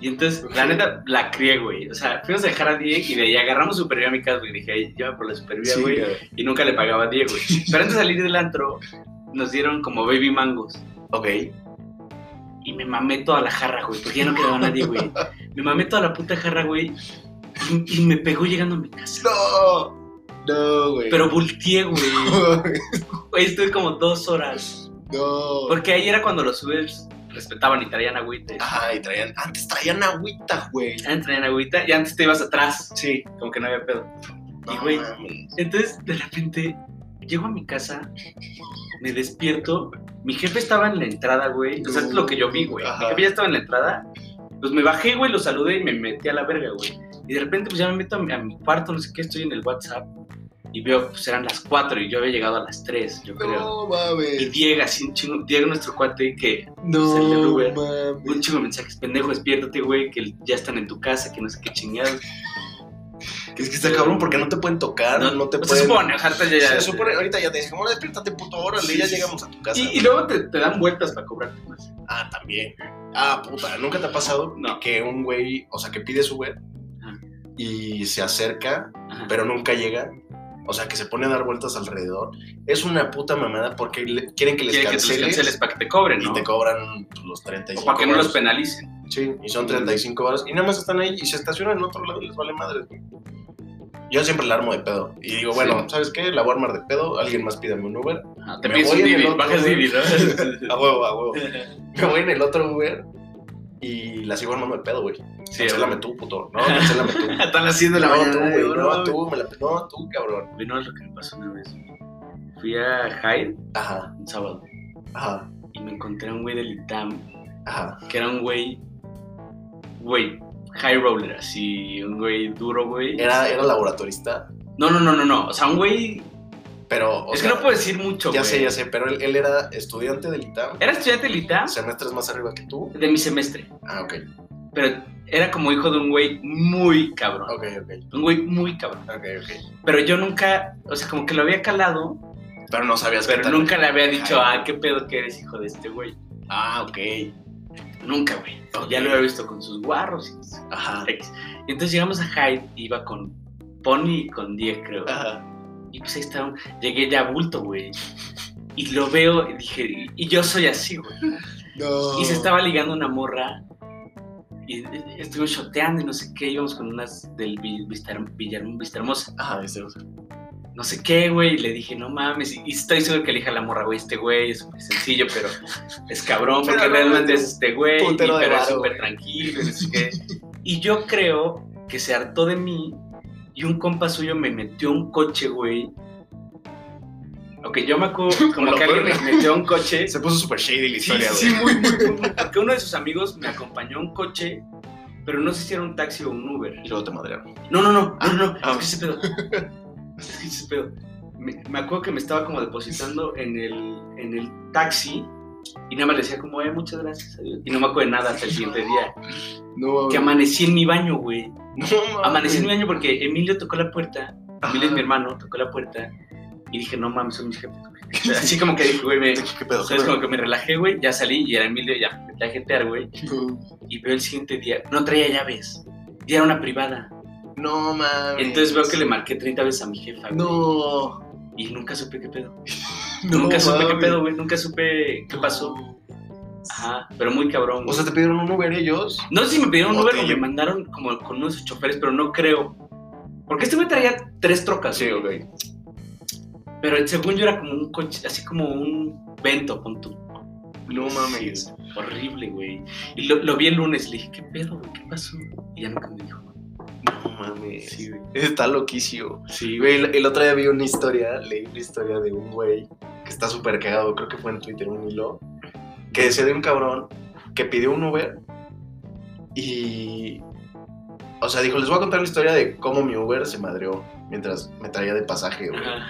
Y entonces, la
Ok.
neta, la crié, güey. O sea, fuimos a dejar a Diego y de ahí agarramos Supervía a mi casa, güey. Dije, ahí, lleva por la Supervía,
Sí,
güey.
güey.
Y nunca le pagaba a Diego, güey. Pero antes de salir del antro, nos dieron como baby mangos.
Ok.
y me mamé toda la jarra, güey, porque ya no quedaba nadie, güey. Me mamé toda la puta jarra, güey, y, y me pegó llegando a mi casa.
No. No, güey.
Pero volteé, güey. Güey, estuve como dos horas.
no.
Porque ahí era cuando los Ubers respetaban y traían agüita.
Ajá, y traían. Antes traían agüita, güey.
Antes traían agüita y antes te ibas atrás,
Sí.
como que no había pedo.
No,
güey.
mames.
Entonces, de repente, llego a mi casa, me despierto. Mi jefe estaba en la entrada, güey. O sea, es lo que yo vi, güey. Mi
Ajá.
jefe ya estaba en la entrada. Pues me bajé, güey, lo saludé y me metí a la verga, güey. Y de repente, pues ya me meto a mi, a mi cuarto, no sé qué, estoy en el WhatsApp. Y veo, pues eran las 4 y yo había llegado a las 3, yo creo.
No
Y
mames.
Diego, así un chingo, Diego, nuestro cuate, que Es el del
No
Uber. un
mames.
chingo de mensajes, pendejo, despiértate, güey, que ya están en tu casa, que no sé qué chingados.
Es que está cabrón porque no te pueden tocar, Ah, no, te
pues,
pueden.
Se supone, o sea, ahorita ya-
Se supone, ahorita ya te dicen, bueno, despiértate, puto, órale,
Sí,
ya
sí,
llegamos a tu casa.
Y, y luego te, te dan vueltas para cobrarte más.
Ah, también. Ah, puta, ¿nunca te ha pasado
No.
que un güey, o sea, que pides Uber
Ajá.
y se acerca,
Ajá.
pero nunca llega? O sea, que se pone a dar vueltas alrededor. Es una puta mamada porque le- quieren que
quiere que
les
te los
canceles,
canceles para que te cobren,
y
¿no?
te cobran pues, los
O
35
para que no los
varos.
penalicen.
Sí, y son 35 baros. Y nada más están ahí y se estacionan en otro lado y les vale madre. güey. Yo siempre la armo de pedo. Y digo, bueno, ¿sabes qué? La voy a armar de pedo. Alguien más pídame un Uber.
Ajá, te
Me
pides un
voy en el
Didi,
otro,
bajas
güey.
Didi,
A
¿no?
huevo, a huevo. Me voy en el otro Uber y la sigo armando de pedo, güey.
Sí,
Cancélame tú, puto. No, cancélame tú.
a Ah, las 100 de la
No,
mañana.
tú,
güey,
güey. No,
no,
tú, me la- no, tú, cabrón.
güey. No, es lo que me pasó una vez. Fui a Hyde
Ajá,
un sábado
ajá,
y me encontré a un güey del ITAM
ajá.
que era un güey, güey, high roller, así, un güey duro, güey.
Era, era laboratorista,
No, no, no, no, no, o sea, un güey,
pero. o
es
sea,
que no puedo decir mucho,
Ya
güey. ¿Ah?
sé, ya sé, pero él, él era estudiante del ITAM,
Era estudiante del ITAM
semestres más arriba que tú.
de mi semestre,
Ah, ok,
pero era como hijo de un güey muy cabrón,
ok, ok,
un güey muy cabrón.
ok, ok.
Pero yo nunca, o sea, como que lo había calado,
Pero no sabías qué
pero
tal.
nunca le había dicho, ah, qué pedo que eres hijo de este güey.
Ah, ok.
Nunca, güey.
Ok.
Ya lo había visto con sus guarros. y sus
Ajá.
ex. Y entonces llegamos a Hyde, iba con Pony y con 10, creo.
Ajá.
Y pues ahí estaba, llegué ya bulto, güey. Y lo veo y dije, y yo soy así, güey.
No.
Y se estaba ligando una morra. Y eh, estuvimos shoteando y no sé qué. Íbamos con unas del Vi- Vistar- Villar- Vistahermosa.
Ah, este, o sea,
No sé qué, güey. Y le dije, no mames. Y, y estoy seguro que elija la morra, güey. Este güey es súper sencillo, pero es cabrón
Pero
porque
no,
realmente
es
es este güey. Y,
puntero de
pero es
varo,
súper
güey.
tranquilo. Y, no sé qué. y yo creo que se hartó de mí. Y un compa suyo me metió un coche, güey. Ok, yo me acuerdo como
Lo
que alguien me
peor,
metió un coche.
se puso super shady la
Sí,
historia,
sí,
güey.
muy, muy, muy, muy, Porque uno de sus amigos me acompañó en coche, pero no sé si era un taxi o un Uber.
Y luego te madrearon.
No, no, no,
Ah,
no, no,
ah.
es que ese pedo. Es que ese pedo. Me, me acuerdo que me estaba como depositando en el, en el taxi y nada más le decía como, eh, muchas gracias, adiós. Y no me acuerdo de nada hasta el siguiente día.
No,
Que
mames.
amanecí en mi baño, güey.
No,
Amanecí en mi
mames.
baño porque Emilio tocó la puerta,
Ajá.
Emilio es mi hermano, tocó la puerta y dije, no mames, son mis jefes. güey. O sea, Así como que dije, güey, me,
¿Qué pedo?
entonces como que me relajé, güey, ya salí y era Emilio, ya, me fui a jetear, güey. Y veo el siguiente día, no traía llaves, y era una privada.
No, mames.
Entonces veo que le marqué 30 veces a mi jefa, güey.
No.
Y nunca supe qué pedo.
No,
nunca supe qué
mames.
pedo, güey, nunca supe qué pasó. Ajá, pero muy cabrón.
O
güey.
sea, te pidieron un Uber ellos.
no sé si me pidieron un
¿O
Uber
te
o me
llevo?
mandaron como con unos choferes, pero no creo. Porque este güey traía tres trocas, güey.
ok.
Pero según yo era como un coche, así como un vento, con tu
No
Sí,
mames.
es horrible, güey. Y lo, lo vi el lunes, le dije, ¿qué pedo, güey? ¿Qué pasó? Y ya nunca me dijo.
No mames.
Sí, güey.
Está loquísimo.
Sí,
Y güey, el, el otro día vi una historia, leí una historia de un güey que está súper cagado, creo que fue en Twitter un hilo, que decía de un cabrón que pidió un Uber y... O sea, dijo, les voy a contar la historia de cómo mi Uber se madreó mientras me traía de pasaje, güey.
Ajá.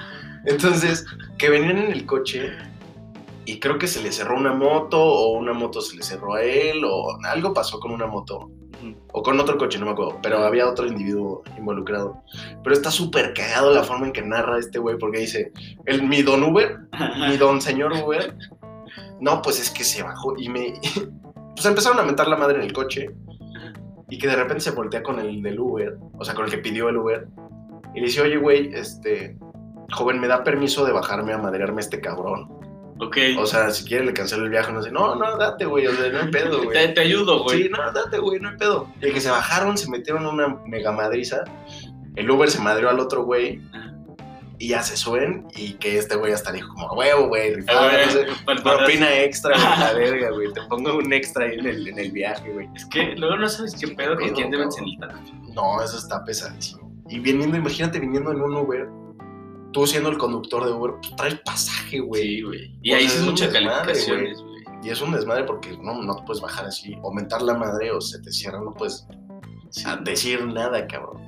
Entonces, que venían en el coche y creo que se le cerró una moto o una moto se le cerró a él o algo pasó con una moto o con otro coche, no me acuerdo, pero había otro individuo involucrado. Pero está súper cagado la forma en que narra este güey porque dice, el mi don Uber, mi don señor Uber, no, pues es que se bajó y me... Pues empezaron a mentar la madre en el coche y que de repente se voltea con el del Uber, o sea, con el que pidió el Uber, y le dice, oye, güey, este, joven, ¿me da permiso de bajarme a madrearme a este cabrón?
Ok.
O sea, si quiere le cancelo el viaje, no sé, no, no, date, güey, o sea, no hay pedo, güey.
te, te ayudo, güey.
Sí, no, date, güey, no hay pedo. Y que se bajaron, se metieron una mega madriza. El Uber se madrió al otro güey.
Ajá.
Y ya se suben. Y que este güey hasta dijo, como, "A huevo, güey,
Ah,
rifada,
güey,
no sé.
pal- pal-
Propina extra, güey, la verga, güey. Te pongo un extra ahí en el, en el viaje, güey.
Es que luego no sabes qué pedo con
Pedo,
quién deben
cabrón.
sentar.
No, eso está pesadísimo. Y viniendo, imagínate viniendo en un Uber. Tú siendo el conductor de Uber, pues traes pasaje, güey.
Sí, güey. Y
O
ahí
sea,
sí
es un
muchas
desmadre,
calificaciones, güey.
Y es un desmadre porque no, no te puedes bajar así. Aumentar la madre o se te cierra, no puedes
Sí.
a decir nada, cabrón.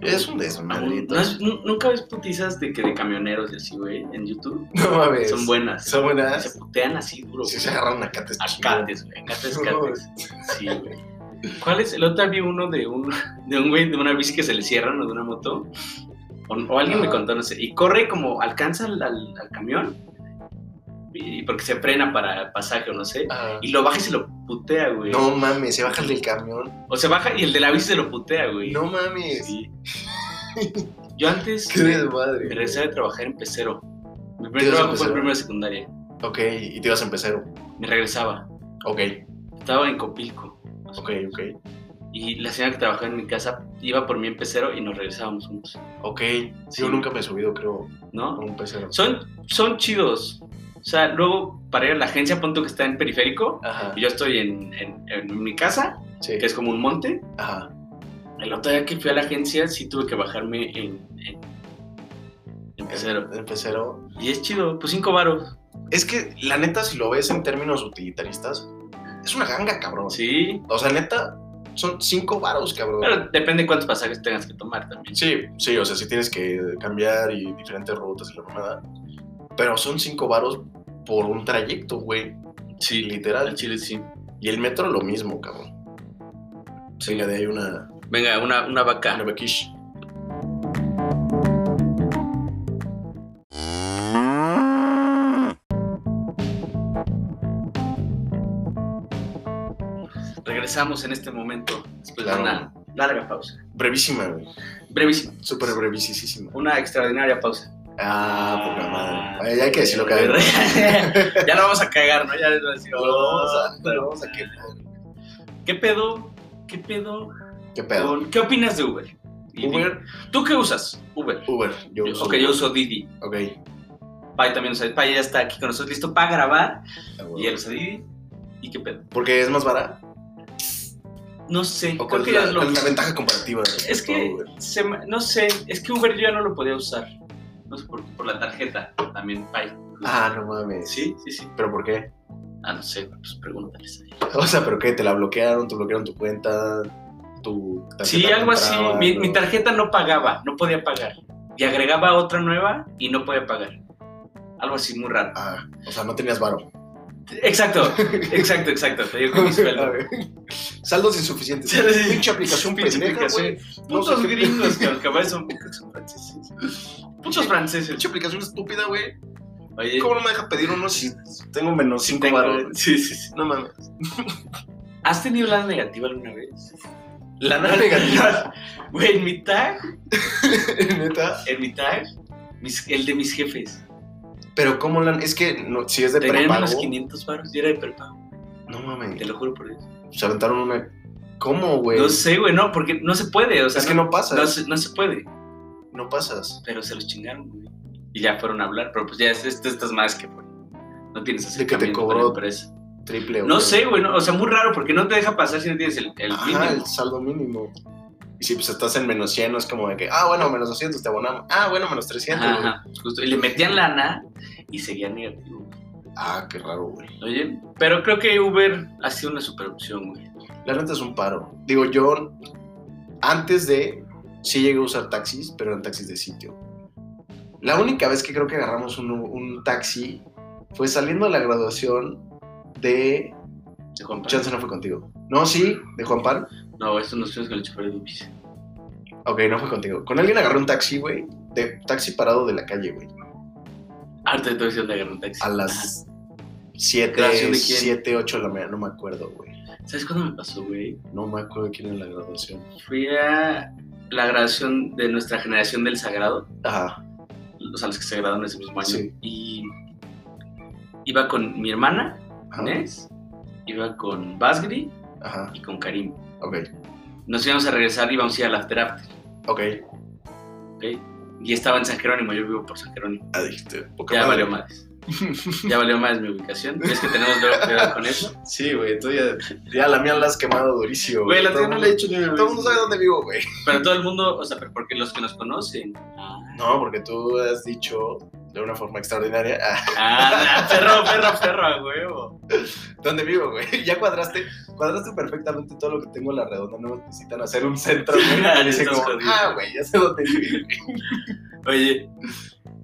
Es un
Aún-
desmadrito.
¿no has- nu- ¿Nunca ves putizas de que de camioneros y así, güey, en YouTube?
No mames.
Son buenas.
Pues, Son buenas.
Se putean así duro,
Si
güey.
se agarran a cates.
Acates, güey. Acates,
No,
acates. Sí, güey. ¿Cuál es? El otro día vi uno de un, de un güey de una bici que se le cierran o de una moto. O, o alguien me
Ajá.
contó, no sé. Y corre como, alcanza al, al- al camión. Y, porque se frena para pasaje o no sé.
Ah,
Y lo baja y se lo putea, güey.
no mames, se baja el del camión.
O se baja y el de la bici se lo putea, güey.
No mames.
Sí. Yo antes
Qué desmadre.
me regresé de trabajar en pecero. Mi
¿Te ibas
primer
a
trabajo fue
Pecero?
en primera secundaria.
Ok, y te ibas a empezar.
Me regresaba.
Ok,
Estaba en Copilco.
ok, ok.
Y la señora que trabajaba en mi casa iba por mí en pecero y nos regresábamos juntos,
Ok.
Sí.
Yo nunca me he subido, creo, a
¿no?
un pecero.
Son, son chidos. O sea, luego para ir a la agencia, punto que está en periférico,
Ajá.
y yo estoy en, en- en mi casa,
Sí.
que es como un monte.
Ajá.
El otro día que fui a la agencia, sí tuve que bajarme en, en, en pecero.
El pecero.
Y es chido, pues cinco varos.
Es que, la neta, si lo ves en términos utilitaristas, es una ganga, cabrón.
Sí.
O sea, neta, son cinco varos, cabrón.
Pero depende cuántos pasajes tengas que tomar también.
Sí, sí, o sea, sí tienes que cambiar y diferentes rutas y la mamada. Pero son cinco varos por un trayecto, güey.
Sí,
Literal.
al chile sí.
Y el metro lo mismo, cabrón. Sí, de ahí una,
Venga, una, una vaca.
una vaquish.
Regresamos en este momento, después
Claro.
de una larga pausa.
Brevísima, güey.
Brevísimo.
Súper brevísima.
Una extraordinaria pausa.
Ah, poca madre. Ay, hay que decirlo cada vez.
ya no vamos a cagar, ¿no? Ya les voy a decir,
No,
oh,
vamos a, no, vamos a qué,
¿Qué pedo? ¿Qué pedo?
qué pedo.
con- ¿Qué opinas de Uber? Y
Uber,
di- ¿Tú qué usas? Uber.
Uber, yo
Yo-
uso.
ok, yo uso Didi.
Ok.
Pai también usa Pai, ya está aquí con nosotros, listo para grabar.
Ah,
Y él
bueno.
usa Didi. ¿Y qué pedo?
Porque es más barata.
No sé,
¿O
creo
cuál
que
es la,
ya lo-
cuál es la ventaja comparativa?
Es que,
Uber?
se me- no sé, es que Uber yo ya no lo podía usar. No sé, por, por la tarjeta también, Pai.
Ah, no mames.
Sí, sí, sí.
¿Pero por qué?
Ah, no sé, pues pregúntales.
O sea, ¿pero qué? ¿Te la bloquearon? ¿Te bloquearon tu cuenta? ¿Tu tarjeta
Sí, algo así.
compraba,
Mi,
no?
mi tarjeta no pagaba, no podía pagar. Y agregaba otra nueva y no podía pagar. Algo así muy raro.
Ah, o sea, no tenías varo.
Exacto, exacto, exacto. Te digo con mi sueldo.
Saldos insuficientes.
Sí, sí.
Pinche aplicación
Pinche
pendeja, güey. No sé
Putos
qué-
gringos, que al cabal son putos franceses. Putos franceses.
Pinche aplicación estúpida, güey.
Oye,
¿Cómo no me deja pedir uno si tengo menos
Eh. sí
5
tengo-
varos?
Sí, sí, sí.
No mames.
¿Has tenido lana negativa alguna vez?
Lana negativa.
Güey, en mi tag,
Neta.
en mi tag, mis- el de mis jefes.
Pero cómo lana. Es que no, si es de
Tenían
prepago.
unos 500 baros, yo era de prepago.
No
Te
mames.
lo juro por Dios.
Se aventaron una. ¿Cómo, güey?
No sé, güey, no, porque no se puede. O sea,
es que no pasas.
No, se- no se puede,
No pasas.
pero se los chingaron, güey. Y ya fueron a hablar, pero pues ya es- esto estás más que güey. No tienes
De que te
acercamiento con
cobró,
la empresa.
Triple.
No
güey.
sé, güey, no, o sea, muy raro porque no te deja pasar si no tienes el, el
Ajá,
mínimo.
el saldo mínimo. Y si pues estás en menos 100, no es como de que, ah, bueno, menos 200 te abonamos. Ah, bueno, menos 300.
Ajá,
güey.
ajá, justo. Y le metían lana y seguían negativo.
Ah, qué raro, güey.
Oye, pero creo que Uber ha sido una super opción, güey.
La neta es un paro. Digo, yo antes de, sí llegué a usar taxis, pero eran taxis de sitio. La única vez que creo que agarramos un, un taxi fue saliendo de la graduación de...
De Juan Pablo.
Chance no fue contigo. No, sí, de Juan Pan.
No, esto nos fuimos con el chofer de Ubis.
Ok, no fue contigo. Con alguien agarré un taxi, güey. De taxi parado de la calle, güey.
Harto de todo eso de agarrar un taxi.
A
Ajá.
las 7,
¿Graduación de quién?
7, 8 de la mañana, no me acuerdo, güey.
¿Sabes cuándo me pasó, güey?
No me acuerdo de quién era la graduación.
Fui a la graduación de nuestra generación del Sagrado.
Ajá,
o sea, los que se graduaron ese mismo año.
Sí.
Y iba con mi hermana,
ajá,
Inés, iba con Basgri
ajá,
y con Karim.
ok,
Nos íbamos a regresar, íbamos a ir al After After,
ok.
¿ok? Y estaba en San Jerónimo, yo vivo por San Jerónimo.
Adicto. poca
Ya
madre.
valió más. Ya valió más mi ubicación. Es que tenemos luego cuidado con eso.
Sí, güey, tú ya, ya la mía la has quemado durísimo.
Güey, la
Todo
tengo
el
no
mundo-
le he dicho ni una
Todo el
vez.
mundo sabe dónde vivo, güey.
Pero todo el mundo, o sea, pero porque los que nos conocen. Ah,
No, porque tú has dicho de una forma extraordinaria ah,
ah, perro, perro, perro, a huevo.
dónde vivo, güey. Ya cuadraste, cuadraste perfectamente todo lo que tengo en la redonda. No necesitan hacer un centro, güey. Dice
Estás
como,
jodido.
ah, güey, ya sé dónde vivo.
Oye,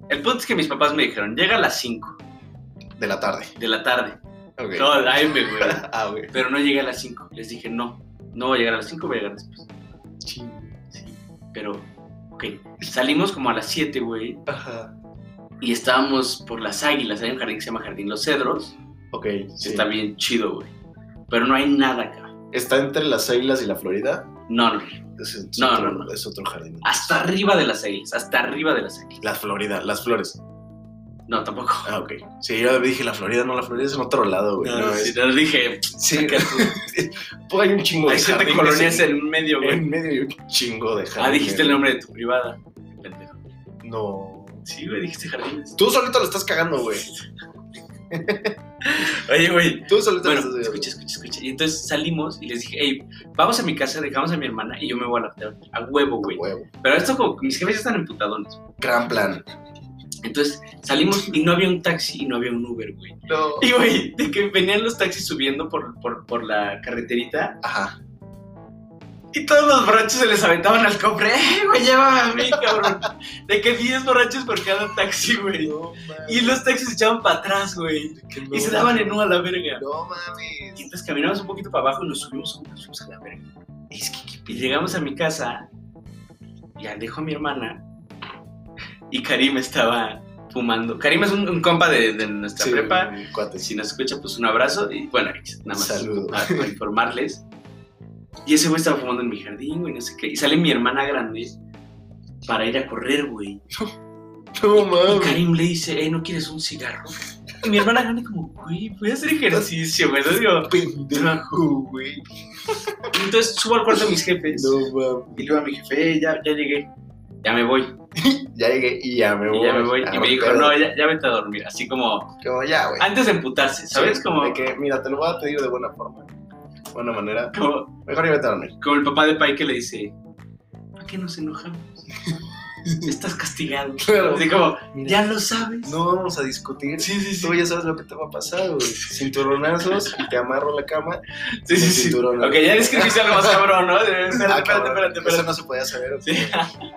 el punto es que mis papás me dijeron, llega a las 5
De la tarde.
de la tarde.
Ok.
No, ay, me, güey.
Ah, güey.
Pero no llegué a las 5. Les dije, no, no voy a llegar a las 5, voy a llegar después.
Ching.
Sí. Pero, ok. Salimos como a las 7, güey.
Ajá.
Y estábamos por las águilas. Hay un jardín que se llama Jardín Los Cedros.
Ok, sí.
Está bien chido, güey. Pero no hay nada acá.
Está entre las Águilas y la Florida.
No, no.
Es, es
No,
otro,
no, no.
Es otro jardín.
Hasta arriba de las águilas. Hasta arriba de las águilas.
La Florida, las flores.
No, tampoco.
Ah, ok. Sí, yo dije la Florida, no, la Florida es en otro lado, güey.
No,
No,
sí,
es-
no, dije,
Sí,
saca tú.
pues hay un chingo
hay
de
siete
jardines
colonias
en,
en medio, güey.
en medio y un chingo de jardines.
Ah, dijiste el nombre de tu privada. Qué pendejo.
No.
Sí, güey, dijiste jardines.
Tú solito lo estás cagando, güey.
Oye, güey.
Tú solito
Bueno,
lo estás
escucha, escucha, escucha. Y entonces salimos y les dije, hey, vamos a mi casa, dejamos a mi hermana y yo me voy a la after a huevo, güey.
Huevo.
Pero esto como que mis jefes ya están emputadones.
Gran plan.
Entonces salimos y no había un taxi y no había un Uber, güey.
No.
Y, güey, de que venían los taxis subiendo por, por, por la carreterita
Ajá.
y todos los borrachos se les aventaban al cofre. ¡Eh, güey, llévame a mí, cabrón! De que 10 borrachos por cada taxi, güey. Y los taxis se echaban para atrás, güey. Y se daban en uno a la verga.
No mames.
Y entonces caminamos un poquito para abajo y nos subimos, nos subimos a la verga.
Es que
Y llegamos a mi casa, ya dejo a mi hermana, y Karim estaba fumando. Karim es un, un compa de, de nuestra
Sí,
prepa.
cuate.
Si nos escucha, pues un abrazo y bueno, X, nada más
Saludo.
para, para informarles. Y ese güey estaba fumando en mi jardín, güey, no sé qué. Y sale mi hermana grande para ir a correr, güey.
No
Y
mames.
Karim le dice, eh, ¿no quieres un cigarro? Y mi hermana grande como, güey, voy a hacer ejercicio, ¿verdad? Digo,
Pendejo, güey.
y entonces subo al cuarto de mis jefes.
No mames.
Y le digo a mi jefe, "Eh, ya, ya llegué. Ya me voy.
Ya llegué y ya me voy.
Y ya me voy.
Ah,
Y me dijo,
pero-
no, ya, ya vete a dormir. Así como,
Como ya, güey.
antes de emputarse, ¿sabes?
Sí,
Como,
De que, mira, te lo voy a pedir de buena forma. Buena manera.
como,
Mejor ya vete a dormir.
como el papá de Pai que le dice, ¿a qué nos enojamos? Estás castigado.
Claro.
Así como,
Mira,
ya lo sabes.
No vamos a discutir.
Sí, sí, sí.
Tú ya sabes lo que te va a pasar, güey. Cinturonazos y te amarro la cama.
Sí, sí,
Con
sí.
cinturón, ¿no?
Ok, ya describiste algo más cabrón, ¿no? De- Espérate,
Ah,
espérate,
cabrón,
espérate.
Eso
espérate.
no se podía saber. güey.
Sí.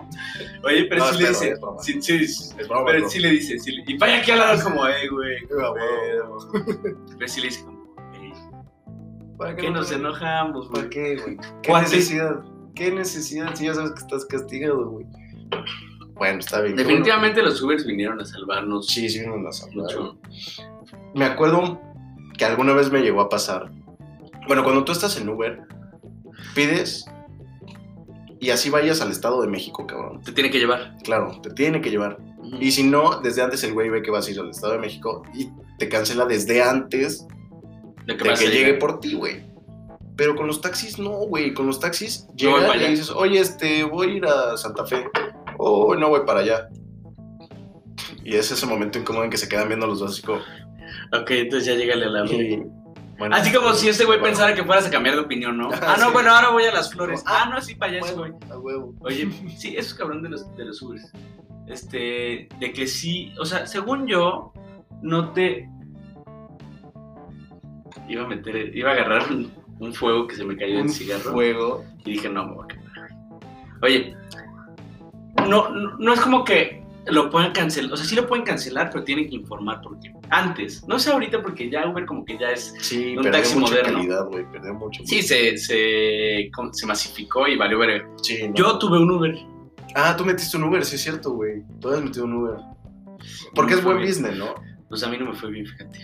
Oye, pero
No,
sí le
espero,
dice.
es broma.
Sí, sí, sí,
Es broma,
pero
bro.
sí le dice. sí le- y vaya aquí al lado como, eh, güey.
Ah, güey.
Pero sí le dice como, "Ey,
¿Para
¿por qué nos enojamos,
¿Para
güey?
qué, güey? ¿Qué
Cuate.
necesidad? ¿Qué necesidad si ya sabes que estás castigado, güey? Bueno, está bien.
Definitivamente los Ubers vinieron a salvarnos
Sí, sí, nos las hablaron.
mucho.
Me acuerdo que alguna vez me llegó a pasar. Bueno, cuando tú estás en Uber, pides y así vayas al Estado de México, cabrón.
Te tiene que llevar.
Claro, te tiene que llevar. Y si no, desde antes el güey ve que vas a ir al Estado de México y te cancela desde antes
Lo
de
vas a
que llegue
llegar.
por ti, güey. Pero con los taxis no, güey. Con los taxis
No voy
llegan
para
y
allá.
le dices, oye, este, voy a ir a Santa Fe. Oh, no voy para allá. Y es ese momento incómodo en que se quedan viendo los dos así como...
Ok, entonces ya llegale a la luz.
y- bueno,
Así como si este güey
bueno,
pensara que fueras a cambiar de opinión, ¿no?
Ajá,
Ah, no,
sí.
bueno, ahora voy a las flores.
Ah,
Ah, no, sí, para allá sí
bueno,
voy.
a huevo.
Oye, sí, eso es cabrón de los, de los Ubers. Este, de que sí, o sea, según yo, no te... Iba a meter, iba a agarrar un, un fuego que se me cayó del
Un
cigarro
fuego.
y dije, no, me voy a quemar. Oye, no, no, no es como que lo puedan cancelar, o sea, sí lo pueden cancelar, pero tienen que informar porque antes, no sé ahorita porque ya Uber como que ya es...
Sí,
Un
perdió
taxi
mucha
moderno.
calidad, güey. Perdió mucho.
Sí, se, se, con- se masificó y valió verga.
Sí, no.
Yo tuve un Uber.
Ah, tú metiste un Uber, sí es cierto, güey. Tú has metido un Uber. Porque
Mm,
es buen business, ¿no?
Pues a mí no me fue bien, fíjate.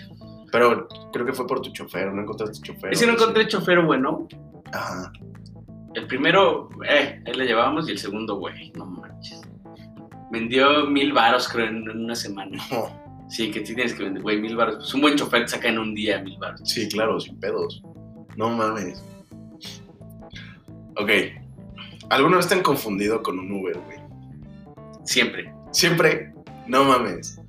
Pero creo que fue por tu chofer, no encontraste chofer.
Ese no
algo así.
encontré chofer bueno.
Ajá.
El primero, eh, ahí la llevábamos y el segundo, güey, no manches. Vendió mil varos, creo, en, en una semana.
No.
Sí, que sí tienes que vender, güey, mil varos. Pues un buen chofer te saca en un día mil varos.
Sí, claro, sin pedos. No mames. Ok. ¿Alguna vez te han confundido con un Uber, güey?
Siempre,
Siempre. No mames.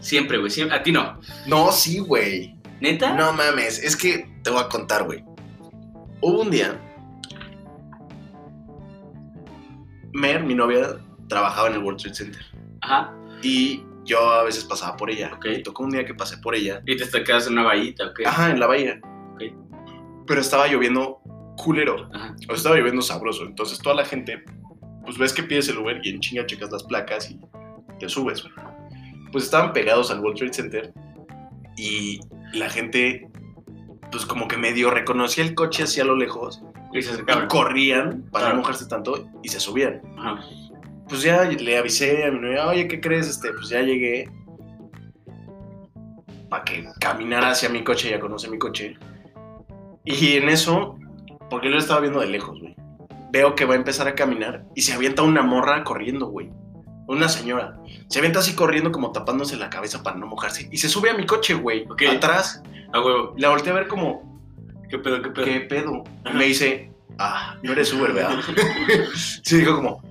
siempre, güey. siempre- A ti no.
No, sí, güey.
¿Neta?
No mames. Es que te voy a contar, güey. Hubo un día. Mer, mi novia, trabajaba en el World Trade Center.
Ajá.
Y yo a veces pasaba por ella.
Ok.
Y tocó un día que pasé por ella.
Y te quedas en una vallita, ¿ok?
Ajá, en la bahía.
Ok.
Pero estaba lloviendo culero.
Ajá.
O estaba lloviendo sabroso. Entonces toda la gente, pues ves que pides el Uber y en chinga checas las placas y te subes, güey. Pues estaban pegados al World Trade Center y la gente, pues como que medio reconocía el coche hacia lo lejos
Y se
y
acercaban.
corrían para
Claro.
no mojarse tanto y se subían.
Ajá.
Pues ya le avisé a mi novia, oye, ¿qué crees? Este, pues ya llegué para que caminara hacia mi coche, ya conoce mi coche. Y en eso, porque yo lo estaba viendo de lejos, güey. Veo que va a empezar a caminar y se avienta una morra corriendo, güey. Una señora. Se avienta así corriendo como tapándose la cabeza para no mojarse. Y se sube a mi coche, güey.
Ok.
Atrás.
A huevo.
La volteé a ver como,
¿Qué pedo, qué pedo?
¿qué pedo? Y me dice, ah, no eres Uber, ¿verdad? sí, dijo como,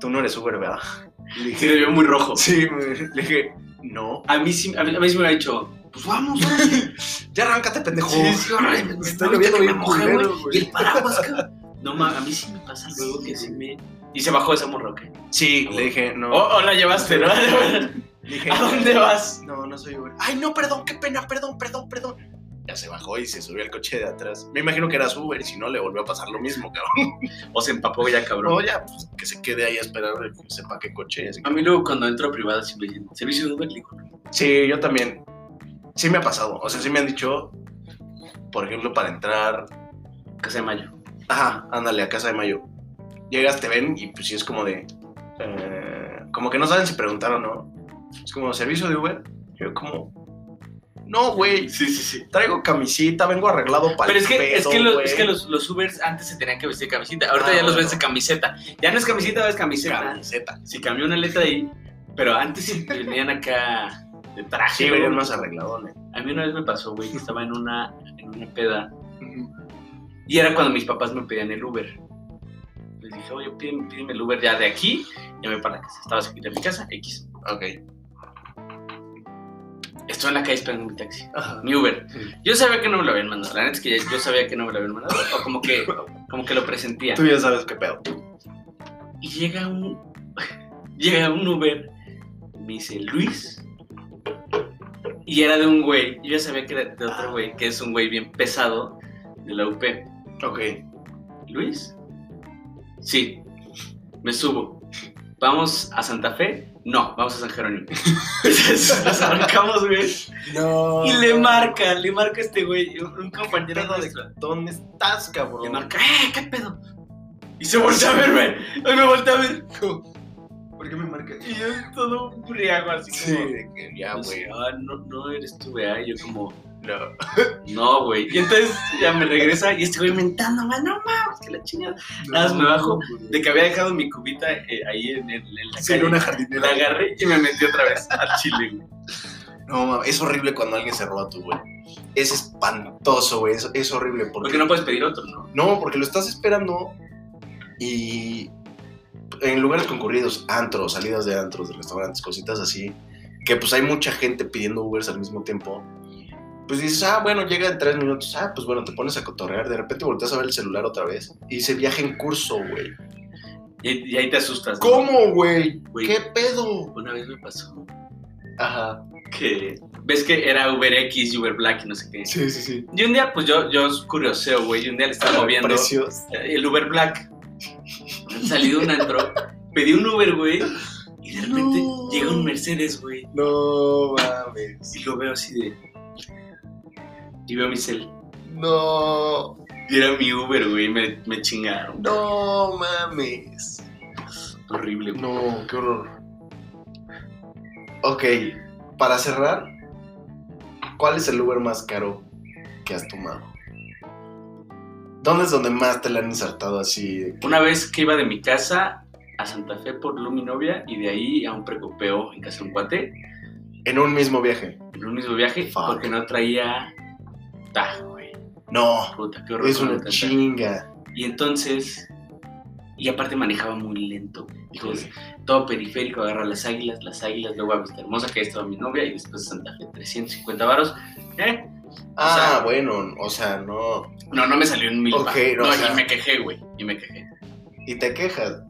tú no eres Uber, ¿verdad? Y dije,
Sí, te vio muy rojo.
Sí, me- le dije, no.
A mí sí, a mí, a mí sí me hubiera dicho, pues vamos, órale.
Ya arráncate, pendejo.
Sí, sí, órale, me- me- ahorita que me mojé,
culero,
güey. Y el paraguas, cabrón. No mames, a mí sí me pasa luego que sí me. Y se bajó esa morra, ¿ok?
Sí, le dije, no.
O, o la llevaste, ¿no?
Dije,
Oh, ¿A dónde vas?
No, no soy Uber. Ay, no, perdón, qué pena, perdón, perdón, perdón. Ya se bajó y se subió al coche de atrás. Me imagino que era su Uber y si no le volvió a pasar lo mismo, cabrón.
O se empapó ya, cabrón.
No, ya, pues, que se quede ahí a esperar a que sepa qué coche es.
A mí luego cuando entro a privada sí me dicen, servicio de Uber, Le digo,
Sí, yo también. Sí me ha pasado. O sea, sí me han dicho, por ejemplo, para entrar
casa de mayo.
Ajá, ándale, a casa de Mayo. Llegas, te ven y pues sí es como de... eh, como que no saben si preguntar o no. Es como, ¿servicio de Uber? Yo como... No, güey,
Sí, sí, sí.
traigo camisita, vengo arreglado para
Pero es que, es que, los, es que los, los Ubers antes se tenían que vestir de camiseta, ahorita
Ah,
ya los
bueno.
ves de camiseta. Ya no es camiseta, ahora es camiseta.
Camiseta.
Si cambió una letra ahí, Pero antes sí venían acá de traje.
Sí, venían
güey.
más arregladones.
A mí una vez me pasó, güey, que estaba en una, en una peda y era cuando mis papás me pedían el Uber. Les dije, oye, pídeme, pídeme el Uber ya de aquí, ya me voy para la casa. Estaba cerquita de mi casa, X.
Ok.
Estoy en la calle esperando mi taxi,
Ajá.
mi Uber.
Sí.
Yo sabía que no me lo habían mandado, la neta es que ya- yo sabía que no me lo habían mandado, o como que, como que lo presentía.
Tú ya sabes qué pedo.
Y llega un. llega un Uber. Me dice Luis. Y era de un güey. Yo ya sabía que era de otro güey, que es un güey bien pesado de la UP.
Ok.
¿Luis? Sí. Me subo. ¿Vamos a Santa Fe? No, vamos a San Jerónimo. Entonces, Nos arrancamos, güey.
No.
Y le marca, le marca este güey, un un compañero
Pedo de-
nuestro.
¿Dónde estás, cabrón?
Le marca, ¡eh, qué pedo! Y se voltea a verme. Ay, me voltea a ver.
¿Por qué me marcas?
Y yo todo un briago así
Sí,
como.
de que ya,
Pues,
güey.
ah, no, no eres tú, vea. Y yo como,
No.
no, güey. Y entonces ya me regresa y este güey mentando, man, no mames, que la chingada. Nada más Ah, me bajo De que había dejado mi cubita eh, ahí en, el en la
Sí,
calle.
en una
La
jardinera.
agarré y me metí otra vez al chile, güey.
No, mames, es horrible cuando alguien se roba tu güey. Es espantoso, güey. Es, es horrible. Porque,
Porque no puedes pedir otro, ¿no?
No, porque lo estás esperando y en lugares concurridos, antros, salidas de antros, de restaurantes, cositas así, que pues hay mucha gente pidiendo Ubers al mismo tiempo. Pues dices, ah, bueno, llega en tres minutos, ah, pues bueno, te pones a cotorrear, de repente volteas a ver el celular otra vez y dice viaje en curso, güey.
Y, y ahí te asustas. ¿no?
¿Cómo, güey?
Güey,
¿Qué pedo?
Una vez me pasó
Ajá.
que... ¿Ves que era UberX y Uber Black y no sé qué?
Sí, sí, sí.
Y un día, pues yo, yo curioseo, güey, y un día le estaba moviendo...
Precios.
el Uber Black. Salí de un antro, pedí un Uber, güey, y de repente
No.
llega un Mercedes, güey,
No mames.
y lo veo así de. Y veo mi cel.
No.
Y era mi Uber, güey, me, me chingaron.
No mames.
Horrible, güey.
No, qué horror. Ok, para cerrar, ¿cuál es el Uber más caro que has tomado? ¿Dónde es donde más te la han insertado así? de que-
Una vez que iba de mi casa a Santa Fe por Lu, mi novia, y de ahí a un precopeo en casa de un cuate,
En un mismo viaje.
en un mismo viaje,
Fuck.
porque no traía tajo, güey.
No,
Puta, qué horror.
es
con la
una
tanta.
chinga.
Y entonces. Y aparte manejaba muy lento. güey. Entonces,
Híjole.
todo periférico, agarra las águilas, las águilas, luego a Vista Hermosa, que ahí estaba mi novia, y después a Santa Fe, 350 varos. ¿Eh?
Ah,
sea-
bueno, o sea, no.
No, no me salió un mil.
Ok,
pa.
no,
no,
o
y
sea-
me quejé, güey, y me quejé.
Y te quejas.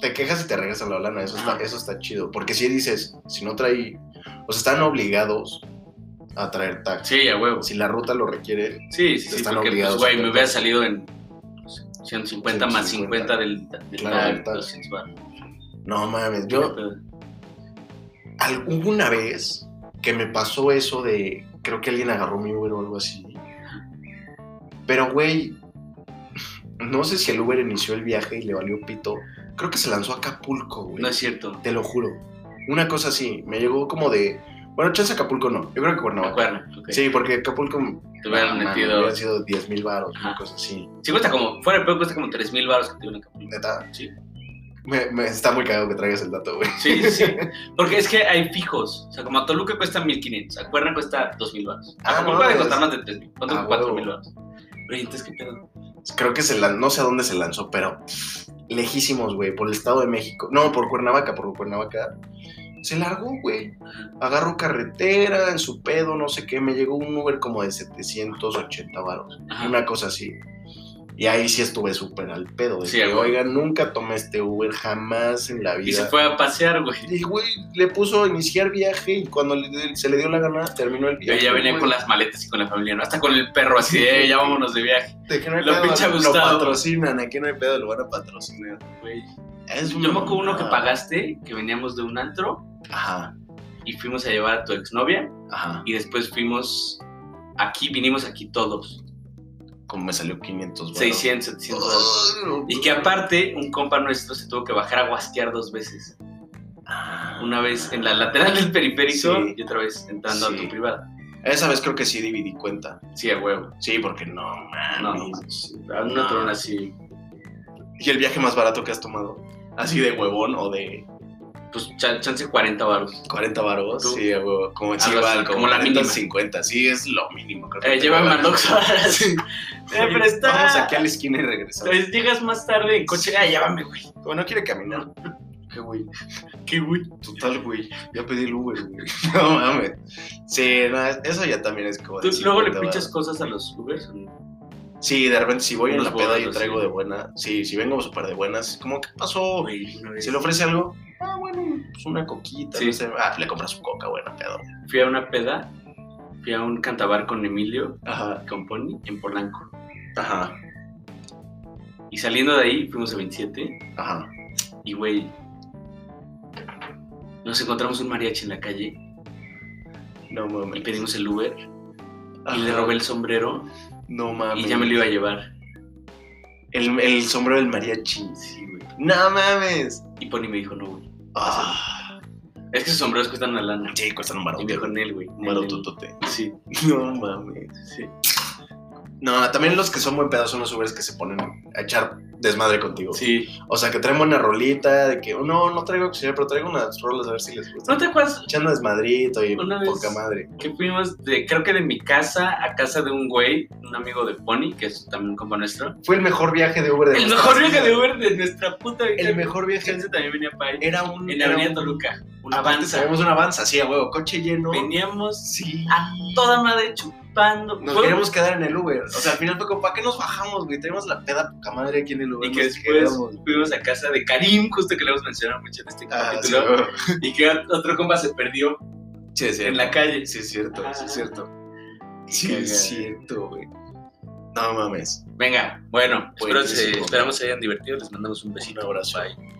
Te quejas y te regresan la lana. Eso está,
Ajá.
eso está chido. Porque si dices, si no traí. O sea, están obligados a traer taxi.
Sí, a huevo. Sí,
Si la ruta lo requiere,
sí, sí,
Están
porque, pues,
obligados
güey,
a
me
tener-
hubiera salido en no sé, 150 más
150.
50 del, del
Claro,
tal,
del tal.
200 varos.
No mames, yo al- hubo una vez que me pasó eso de creo que alguien agarró mi Uber o algo así. Pero güey, no sé si el Uber inició el viaje y le valió pito. Creo que se lanzó a Acapulco, güey.
No es cierto.
Te lo juro. Una cosa así, me llegó como de bueno, chance Acapulco no. Yo creo que
No.
Cuernavaca.
Acuerdan, ok.
Sí, porque Acapulco
Te hubieran
no,
metido.
hubiera sido 10 mil baros, una
Ajá.
cosa así.
Sí, cuesta como, fuera de pedo, cuesta como 3 mil baros que te hubieran capturado.
Neta.
Sí.
Me, me- está muy cagado que traigas el dato, güey.
Sí, sí, sí. Porque es que hay fijos. O sea, como a Toluca cuesta 1500, a Cuerna cuesta 2000 baros.
Ah,
A Acapulco
no,
ha de
es-
costar más de 3000, ¿cuánto?
Ah,
4000
huevo.
baros. Pero ¿y entonces, ¿qué pedo?
Creo que se lanzó, no sé a dónde se lanzó, pero lejísimos, güey, por el Estado de México. No, por Cuernavaca, por Cuernavaca. Se largó, güey. Agarró carretera, en su pedo, no sé qué. Me llegó un Uber como de 780 varos,
Ajá.
una cosa así. Y ahí sí estuve súper al pedo. de
Sí,
que,
güey.
Oiga, nunca tomé este Uber jamás en la vida.
Y se fue a pasear, güey.
Y, güey, le puso a iniciar viaje y cuando le- se le dio la gana, terminó el
Yo
viaje.
ya venía
güey.
con las maletas y con la familia, ¿no? Hasta con el perro así, eh, ya vámonos de viaje,
De que no hay
lo
pedo,
pinche
lo
Gustavo.
patrocinan, aquí no hay pedo, lo van a patrocinar.
güey.
Es
Yo me acuerdo uno que
mamada.
pagaste, que veníamos de un antro
Ajá,
y fuimos a llevar a tu exnovia
ajá.
y después fuimos aquí, vinimos aquí todos,
Como me salió 500 baros.
600, 700 baros. Y que aparte, un compa nuestro se tuvo que bajar a guasquear dos veces.
Ah.
Una vez en la lateral del periférico
Sí.
y otra vez entrando
Sí.
a tu privada.
Esa vez creo que sí dividí cuenta.
Sí, a huevo.
Sí, porque Ah, no
No,
mames.
no pues, A una trona así.
¿Y el viaje más barato que has tomado? ¿Así de huevón o de
pues chan- chance 40 baros.
40 varos.
¿Tú?
Sí, a huevo. Como en
Algo así,
Cival, como
como la
la mínima.
mínima.
50. Sí, es lo mínimo. Creo que
Eh,
te
llévame a
cobran.
Nox ahora.
Sí.
Eh, pero está.
Vamos aquí a la esquina y regresamos.
Pues llegas más tarde en coche. Ah, llévame, güey.
Como no quiere caminar. Qué güey.
Qué güey.
Total, güey. Ya pedí el Uber, güey. No mames. Sí, no, eso ya también es como. de
¿Tú luego le
50
pinchas
varos.
cosas a los Ubers?
Sí, de repente si voy en
Unos
la peda y
boletos,
traigo
sí.
de buena. Sí, si vengo súper de buenas. Como, ¿qué pasó?
Güey, una vez
Si le ofrece algo, ah, bueno, pues una coquita,
Sí.
no sé. Ah, le compras un coca, buena pedo.
fui a una peda, fui a un cantabar con Emilio,
Ajá,
con Pony, en Polanco.
ajá,
Y saliendo de ahí, fuimos a 27
ajá.
y, güey, nos encontramos un mariachi en la calle
No mames.
y pedimos el Uber
Ajá.
y le robé el sombrero
No mames.
y ya me lo iba a llevar.
El, el sombrero del mariachi.
Sí, güey.
No mames.
Y Pony me dijo, no, güey.
Ah,
Es que sus sombreros cuestan una lana.
sí, cuestan un
Y me dijo,
barote.
Nel, güey.
Un
Nel, Nel".
barototote.
Sí,
No mames.
sí.
No, también los que son buen pedazo son los Ubers que se ponen a echar desmadre contigo.
Sí.
O sea, que traen una rolita, de que "Oh, no, no traigo auxiliar, pero traigo unas rolas a ver si les gusta.
¿No te acuerdas
Echando desmadrito y
Una
poca
vez-
madre.
que fuimos de, creo que de mi casa a casa de un güey, un amigo de Pony, que es también un compa nuestro?
Fue el mejor viaje de Uber de
El
nuestra
mejor
vida.
viaje de Uber de nuestra puta vida.
El mejor viaje
Chance también venía para ahí.
era un.
En la
era
avenida
un-
Toluca. Una
aparte
avanza.
traíamos una avanza, sí, a huevo, coche lleno.
Veníamos
Sí.
a toda madre chupando.
Nos
Ah, Fue-
queríamos quedar en el Uber. O sea, al final fue como, ¿para qué nos bajamos, güey? Tenemos la peda poca madre aquí en el Uber.
Y que
nos
después
quedamos.
fuimos a casa de Karim, justo que le hemos mencionado mucho en este
Ah, sí,
capítulo.
huevo.
y que otro compa se perdió
Sí, es
en
cierto.
la calle.
Sí, es cierto, sí, es cierto. Ah. Sí,
cagada.
es cierto, güey. No mames.
Venga, bueno, espero
Buenísimo.
se- esperamos se hayan divertido. Les mandamos un besito.
abrazo.
Bye.